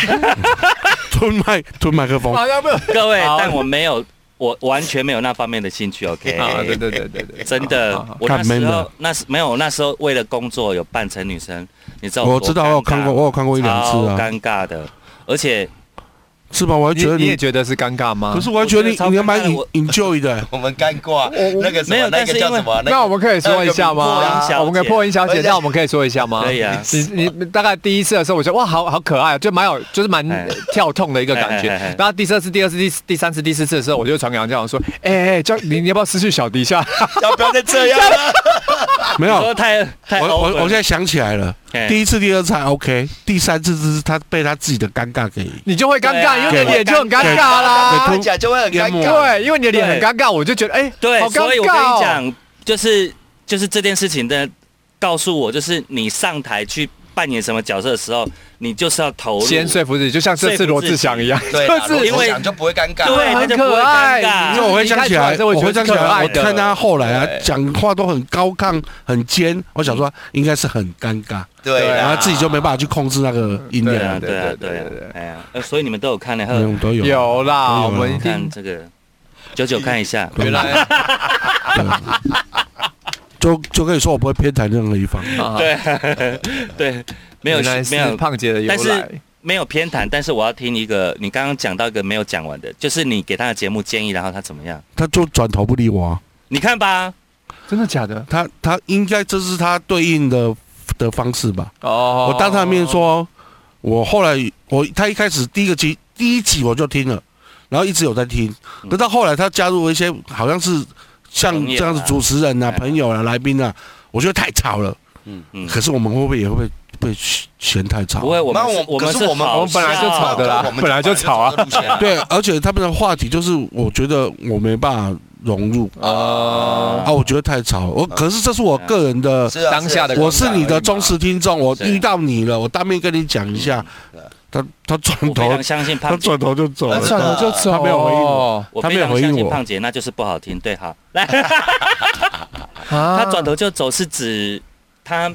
[SPEAKER 5] 吞麦吞麦克风，
[SPEAKER 4] 好啊像不
[SPEAKER 2] 各位，
[SPEAKER 4] 好
[SPEAKER 2] 但我没有，我完全没有那方面的兴趣。OK，
[SPEAKER 4] 啊，对对对对对，
[SPEAKER 2] 真
[SPEAKER 4] 好
[SPEAKER 2] 的
[SPEAKER 4] 好，
[SPEAKER 2] 我那
[SPEAKER 5] 看
[SPEAKER 2] 时
[SPEAKER 5] man 的
[SPEAKER 2] 候那是没有，那时候为了工作有扮成女生，你知道
[SPEAKER 5] 哦我
[SPEAKER 2] 多
[SPEAKER 5] 知道，我有
[SPEAKER 2] 尴尬
[SPEAKER 5] 看过，我有看过一两次
[SPEAKER 2] 超
[SPEAKER 5] 啊，
[SPEAKER 2] 尴尬的，而且
[SPEAKER 5] 是吧？我还
[SPEAKER 4] 你
[SPEAKER 5] 觉得
[SPEAKER 4] 你
[SPEAKER 5] 你
[SPEAKER 4] 也，觉得是尴尬吗？
[SPEAKER 5] 可是我还觉得
[SPEAKER 2] 我觉得超尴尬
[SPEAKER 5] 你你要蛮
[SPEAKER 2] 我
[SPEAKER 5] enjoy 的，
[SPEAKER 3] 我们干挂那个什
[SPEAKER 2] 没有
[SPEAKER 3] 么，那
[SPEAKER 2] 但
[SPEAKER 3] 个
[SPEAKER 2] 是
[SPEAKER 3] 叫
[SPEAKER 2] 因为
[SPEAKER 3] 什么？
[SPEAKER 4] 那我们可以说一下
[SPEAKER 2] 那个破
[SPEAKER 4] 吗
[SPEAKER 2] 音小姐？
[SPEAKER 4] 我们可以破音小姐
[SPEAKER 3] 而，且
[SPEAKER 4] 那我们可以说一下吗？
[SPEAKER 2] 可以啊
[SPEAKER 4] 你你大概第一次的时候，我觉得哇，好好可爱，啊就蛮有，就是蛮
[SPEAKER 2] 哎
[SPEAKER 4] 跳痛的一个感觉
[SPEAKER 2] 哎哎哎哎。
[SPEAKER 4] 然后第二次、第二次、第第三次、第四次的时候，我就传给杨教授说：“哎哎，教你你要不要失去小迪一下？
[SPEAKER 3] 要不要再这样了？
[SPEAKER 5] 没
[SPEAKER 2] 啊你
[SPEAKER 5] 有
[SPEAKER 2] 说。太太
[SPEAKER 5] 我
[SPEAKER 2] open
[SPEAKER 5] 我
[SPEAKER 2] 了
[SPEAKER 5] 我现在想起来了，
[SPEAKER 2] 哎
[SPEAKER 5] 第一次、第二次还 OK，第三次就是他被他自己的尴尬给
[SPEAKER 4] 你就会尴
[SPEAKER 2] 对
[SPEAKER 4] 尬，
[SPEAKER 2] 啊
[SPEAKER 4] 因为你的脸就很尴尬
[SPEAKER 5] 对
[SPEAKER 4] 啦
[SPEAKER 5] 对。
[SPEAKER 3] 看起来就会很尴
[SPEAKER 5] 淹没
[SPEAKER 3] 尬。
[SPEAKER 4] 对，啊因为你的脸很尴尬，我就觉得哎，
[SPEAKER 2] 对
[SPEAKER 4] 好，
[SPEAKER 2] 所
[SPEAKER 4] 尴
[SPEAKER 2] 以我跟
[SPEAKER 4] 尬
[SPEAKER 2] 你
[SPEAKER 4] 哦。
[SPEAKER 2] 讲，就是就是这件事情的告诉我，就是你上台去扮演什么角色的时候，你就是要投入。
[SPEAKER 4] 先说服自己，就像这次罗志祥一样，
[SPEAKER 3] 对啦，
[SPEAKER 4] 就是
[SPEAKER 3] 因为讲就不会尴尬。
[SPEAKER 2] 对那
[SPEAKER 4] 很
[SPEAKER 2] 就不会
[SPEAKER 4] 可爱
[SPEAKER 2] 尴尬。
[SPEAKER 5] 因为我会想起来，我会想起啊来，我看他后来啊，
[SPEAKER 4] 对
[SPEAKER 5] 讲话都很高亢、很尖，我想说应该是很尴尬，
[SPEAKER 3] 对
[SPEAKER 4] 对
[SPEAKER 5] 啊然
[SPEAKER 3] 啦
[SPEAKER 5] 后自己就没办法去控制那个音
[SPEAKER 2] 啊对啊，
[SPEAKER 5] 量。
[SPEAKER 2] 对啊，对
[SPEAKER 4] 对对
[SPEAKER 2] 啊
[SPEAKER 4] 对对，
[SPEAKER 2] 哎呀，呃所以你们都有看了，
[SPEAKER 5] 嗯，我们都有。
[SPEAKER 4] 有啦，
[SPEAKER 5] 都有啦
[SPEAKER 4] 我们一
[SPEAKER 2] 看
[SPEAKER 4] 定
[SPEAKER 2] 这个九九看一下。
[SPEAKER 4] 原来
[SPEAKER 5] 啊就就可以说我不会偏袒任何一方。
[SPEAKER 4] 啊
[SPEAKER 2] 对对， 没有
[SPEAKER 4] 原来
[SPEAKER 2] 没
[SPEAKER 4] 是
[SPEAKER 2] 有
[SPEAKER 4] 胖姐的由
[SPEAKER 2] 但是
[SPEAKER 4] 来。
[SPEAKER 2] 没有偏袒，但是我要听一个，你刚刚讲到一个没有讲完的，就是你给他的节目建议，然后他怎么样？
[SPEAKER 5] 他就转头不理我啊、
[SPEAKER 2] 你看吧，
[SPEAKER 4] 真的假的？
[SPEAKER 5] 他他应该这是他对应的的方式吧？
[SPEAKER 4] 哦
[SPEAKER 5] 我当他面，说，我后来我他一开始第一个集第一集我就听了，然后一直有在听，可到后来他加入一些好像是像
[SPEAKER 2] 朋友啊
[SPEAKER 5] 这样子主持人啊、
[SPEAKER 2] 哎
[SPEAKER 5] 朋友啊、来宾啊，我觉得太吵了。
[SPEAKER 3] 嗯
[SPEAKER 2] 嗯，
[SPEAKER 5] 可是我们会不会也会被嫌太吵？
[SPEAKER 2] 不会，我
[SPEAKER 3] 那
[SPEAKER 2] 们
[SPEAKER 3] 我
[SPEAKER 2] 是我
[SPEAKER 3] 可
[SPEAKER 2] 们
[SPEAKER 3] 是
[SPEAKER 2] 是
[SPEAKER 3] 我们啊
[SPEAKER 2] 好
[SPEAKER 4] 我们本来就
[SPEAKER 2] 笑
[SPEAKER 4] 吵的啦
[SPEAKER 3] 我们
[SPEAKER 4] 本来就吵啊
[SPEAKER 3] 本来就走这路线。
[SPEAKER 5] 对，而且他们的话题就是我觉得我没办法融入
[SPEAKER 4] 哦，
[SPEAKER 5] 啊，我觉得太吵。我可是这是我个人的
[SPEAKER 3] 是啊
[SPEAKER 4] 当下的
[SPEAKER 3] 是啊
[SPEAKER 5] 我是你的忠实听众，我
[SPEAKER 2] 是
[SPEAKER 5] 遇到你了，我当面跟你讲一下
[SPEAKER 3] 嗯。
[SPEAKER 5] 他他转
[SPEAKER 2] 我非
[SPEAKER 5] 头
[SPEAKER 2] 常，相信
[SPEAKER 5] 他
[SPEAKER 2] 胖姐，
[SPEAKER 5] 转头就走
[SPEAKER 4] 那
[SPEAKER 5] 了。
[SPEAKER 3] 是啊
[SPEAKER 4] 算了，就走。
[SPEAKER 5] 哦他没有回应我
[SPEAKER 2] 我
[SPEAKER 5] 他没
[SPEAKER 2] 非
[SPEAKER 5] 有
[SPEAKER 2] 常
[SPEAKER 5] 回应
[SPEAKER 2] 相信
[SPEAKER 5] 我
[SPEAKER 2] 胖姐，那就是不好听。对，好，来，
[SPEAKER 4] 啊
[SPEAKER 2] 他转头就走是指他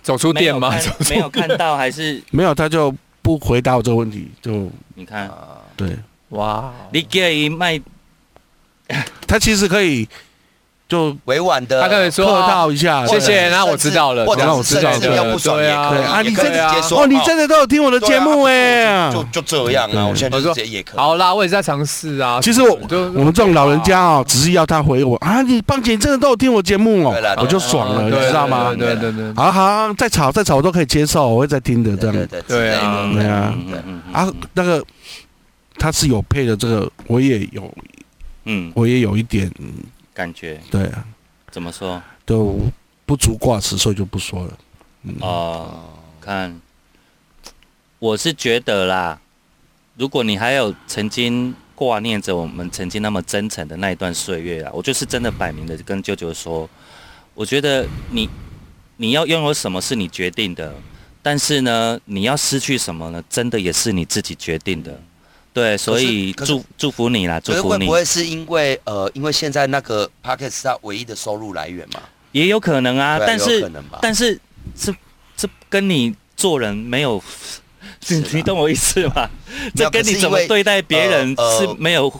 [SPEAKER 4] 走出
[SPEAKER 2] 没
[SPEAKER 4] 店
[SPEAKER 2] 有
[SPEAKER 4] 吗？
[SPEAKER 2] 看
[SPEAKER 4] 走出
[SPEAKER 2] 没有看到还是
[SPEAKER 5] 没有，他就不回答我这个问题，就
[SPEAKER 2] 你看
[SPEAKER 3] 啊
[SPEAKER 5] 对
[SPEAKER 4] 哇，
[SPEAKER 2] 你给卖
[SPEAKER 5] 他其实可以就
[SPEAKER 3] 委婉的，
[SPEAKER 4] 他可以
[SPEAKER 5] 客
[SPEAKER 4] 说
[SPEAKER 5] 套一下，
[SPEAKER 4] 谢
[SPEAKER 5] 对
[SPEAKER 4] 谢，那我知道了，
[SPEAKER 3] 或者
[SPEAKER 4] 这样
[SPEAKER 5] 我
[SPEAKER 3] 是
[SPEAKER 5] 知道
[SPEAKER 3] 甚至
[SPEAKER 5] 了
[SPEAKER 3] 要不爽
[SPEAKER 4] 对
[SPEAKER 3] 也
[SPEAKER 4] 啊
[SPEAKER 3] 可以
[SPEAKER 5] 对啊
[SPEAKER 3] 也
[SPEAKER 5] 你
[SPEAKER 3] 可以
[SPEAKER 5] 真的
[SPEAKER 3] 直接说
[SPEAKER 5] 哦，你真的都有听我的
[SPEAKER 3] 对啊
[SPEAKER 5] 节目哎、
[SPEAKER 3] 就就就这样啊！我现在
[SPEAKER 4] 我
[SPEAKER 3] 就
[SPEAKER 4] 说
[SPEAKER 3] 直接也可以。
[SPEAKER 4] 好啦，我也在尝试啊。
[SPEAKER 5] 其实我
[SPEAKER 4] 就啊
[SPEAKER 5] 我们这种老人家哦，只是要他回我啊，你棒姐你真的都有听我节目
[SPEAKER 3] 对啦
[SPEAKER 5] 哦，
[SPEAKER 3] 对啦
[SPEAKER 5] 我就爽了，
[SPEAKER 4] 嗯
[SPEAKER 5] 你
[SPEAKER 4] 对
[SPEAKER 5] 知道吗
[SPEAKER 4] 对？对对对，
[SPEAKER 5] 好好，再吵再吵我都可以接受，我会再听的这
[SPEAKER 3] 对
[SPEAKER 5] 样
[SPEAKER 3] 对
[SPEAKER 4] 对
[SPEAKER 3] 对
[SPEAKER 4] 啊
[SPEAKER 2] 嗯
[SPEAKER 5] 对啊
[SPEAKER 2] 嗯嗯嗯嗯
[SPEAKER 5] 啊。那个他是有配的，这个我也有，
[SPEAKER 2] 嗯，
[SPEAKER 5] 我也有一点
[SPEAKER 2] 感觉
[SPEAKER 5] 对啊，
[SPEAKER 2] 怎么说？
[SPEAKER 5] 都不足挂齿，所以就不说了。
[SPEAKER 2] 哦，看，我是觉得啦，如果你还有曾经挂念着我们曾经那么真诚的那一段岁月啊，我就是真的摆明的跟舅舅说，我觉得你你要拥有什么是你决定的，但是呢，你要失去什么呢，真的也是你自己决定的。对，所以
[SPEAKER 3] 可是
[SPEAKER 2] 祝祝福你啦，祝
[SPEAKER 3] 可是
[SPEAKER 2] 福
[SPEAKER 3] 会
[SPEAKER 2] 你
[SPEAKER 3] 不。会是因为呃，因为现在那个 p o c k e t 是他唯一的收入来源嘛？
[SPEAKER 2] 也有可能啊，
[SPEAKER 3] 对啊
[SPEAKER 2] 但
[SPEAKER 3] 有
[SPEAKER 2] 是
[SPEAKER 3] 可能吧。
[SPEAKER 2] 但是这这跟你做人没有，你
[SPEAKER 3] 是啦
[SPEAKER 2] 你懂我意思吗？
[SPEAKER 3] 没
[SPEAKER 2] 这
[SPEAKER 3] 有
[SPEAKER 2] 跟你怎
[SPEAKER 3] 可
[SPEAKER 2] 么
[SPEAKER 3] 是因为
[SPEAKER 2] 对待别人
[SPEAKER 3] 呃
[SPEAKER 2] 是
[SPEAKER 3] 呃
[SPEAKER 2] 没有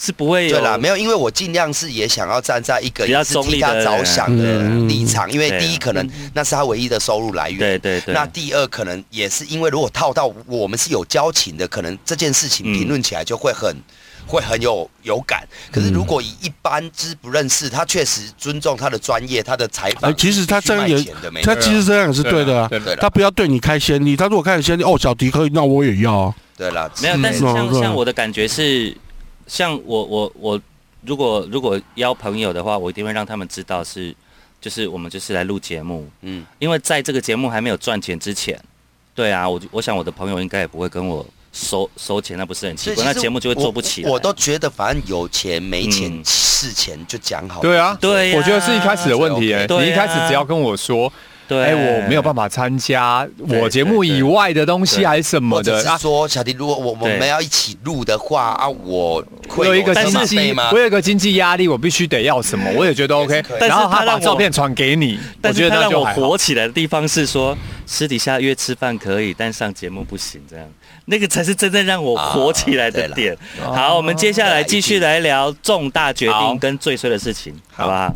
[SPEAKER 2] 是不会有
[SPEAKER 3] 对啦，没有，因为我尽量是也想要站在一个
[SPEAKER 2] 比较
[SPEAKER 3] 也是
[SPEAKER 2] 中立
[SPEAKER 3] 替他
[SPEAKER 2] 的
[SPEAKER 3] 着想的
[SPEAKER 5] 嗯
[SPEAKER 3] 立场，因为
[SPEAKER 2] 对啊
[SPEAKER 3] 第一可能那是他唯一的收入来源，
[SPEAKER 2] 对对对，
[SPEAKER 3] 那第二，可能也是因为如果套到我们是有交情的，可能这件事情
[SPEAKER 2] 嗯
[SPEAKER 3] 评论起来就会很、会很有有感。可是如果以一般知不认识，他确实尊重他的专业，他的采访
[SPEAKER 5] 哎
[SPEAKER 3] 是必须卖钱的，
[SPEAKER 5] 其实他这样也
[SPEAKER 3] 没啊
[SPEAKER 5] 他
[SPEAKER 3] 错
[SPEAKER 5] 其实这样也是对的啊，
[SPEAKER 4] 对
[SPEAKER 3] 对
[SPEAKER 5] 他
[SPEAKER 3] 了，
[SPEAKER 5] 不要对你开先例，他如果开了先例，哦，小迪可以，那我也要啊。
[SPEAKER 3] 对了，
[SPEAKER 2] 没有，但是
[SPEAKER 5] 嗯
[SPEAKER 2] 像
[SPEAKER 5] 对啊
[SPEAKER 2] 像我的感觉是，像我我我如果如果邀朋友的话，我一定会让他们知道是就是我们就是来录节目，
[SPEAKER 3] 嗯，
[SPEAKER 2] 因为在这个节目还没有赚钱之前，对啊，我就我想我的朋友应该也不会跟我收收钱，那不是很
[SPEAKER 3] 所
[SPEAKER 2] 奇
[SPEAKER 3] 以
[SPEAKER 2] 怪，
[SPEAKER 3] 其
[SPEAKER 2] 那
[SPEAKER 3] 实
[SPEAKER 2] 节目就会
[SPEAKER 3] 我
[SPEAKER 2] 做不起来。
[SPEAKER 3] 我都觉得，反正有钱没钱、
[SPEAKER 2] 嗯
[SPEAKER 3] 事前就讲好。
[SPEAKER 4] 对啊，
[SPEAKER 2] 对呀
[SPEAKER 4] 我觉得是一开始的问题耶。
[SPEAKER 2] 对啊
[SPEAKER 4] 你一开始只要跟我说，
[SPEAKER 2] 对，
[SPEAKER 4] 哎，我没有办法参加我节目以外的东西还是什
[SPEAKER 3] 或
[SPEAKER 4] 么
[SPEAKER 3] 者
[SPEAKER 4] 的
[SPEAKER 3] 是
[SPEAKER 4] 啊，
[SPEAKER 3] 说，小迪，如果我我
[SPEAKER 2] 对
[SPEAKER 3] 们要一起录的话啊，我
[SPEAKER 4] 我
[SPEAKER 3] 会
[SPEAKER 4] 有一个
[SPEAKER 2] 但
[SPEAKER 4] 经
[SPEAKER 2] 是
[SPEAKER 4] 济
[SPEAKER 3] 费吗，
[SPEAKER 4] 我？有一个经济压力，我必须得要什么，我也觉得 OK
[SPEAKER 3] 可以。
[SPEAKER 4] 然
[SPEAKER 2] 但
[SPEAKER 4] 后
[SPEAKER 2] 是他
[SPEAKER 4] 他
[SPEAKER 2] 让我
[SPEAKER 4] 把照片传给你，我
[SPEAKER 2] 但
[SPEAKER 4] 觉
[SPEAKER 2] 是他
[SPEAKER 4] 得那
[SPEAKER 2] 让
[SPEAKER 4] 就
[SPEAKER 2] 我
[SPEAKER 4] 还好。
[SPEAKER 2] 火起来的地方是说，私底下约吃饭可以，但上节目不行，这样那个才是真正让我
[SPEAKER 4] 啊
[SPEAKER 2] 火起来的
[SPEAKER 4] 哦
[SPEAKER 2] 点。好，我们接下来继续来聊重大决
[SPEAKER 4] 好
[SPEAKER 2] 定跟最衰的事情，好不好？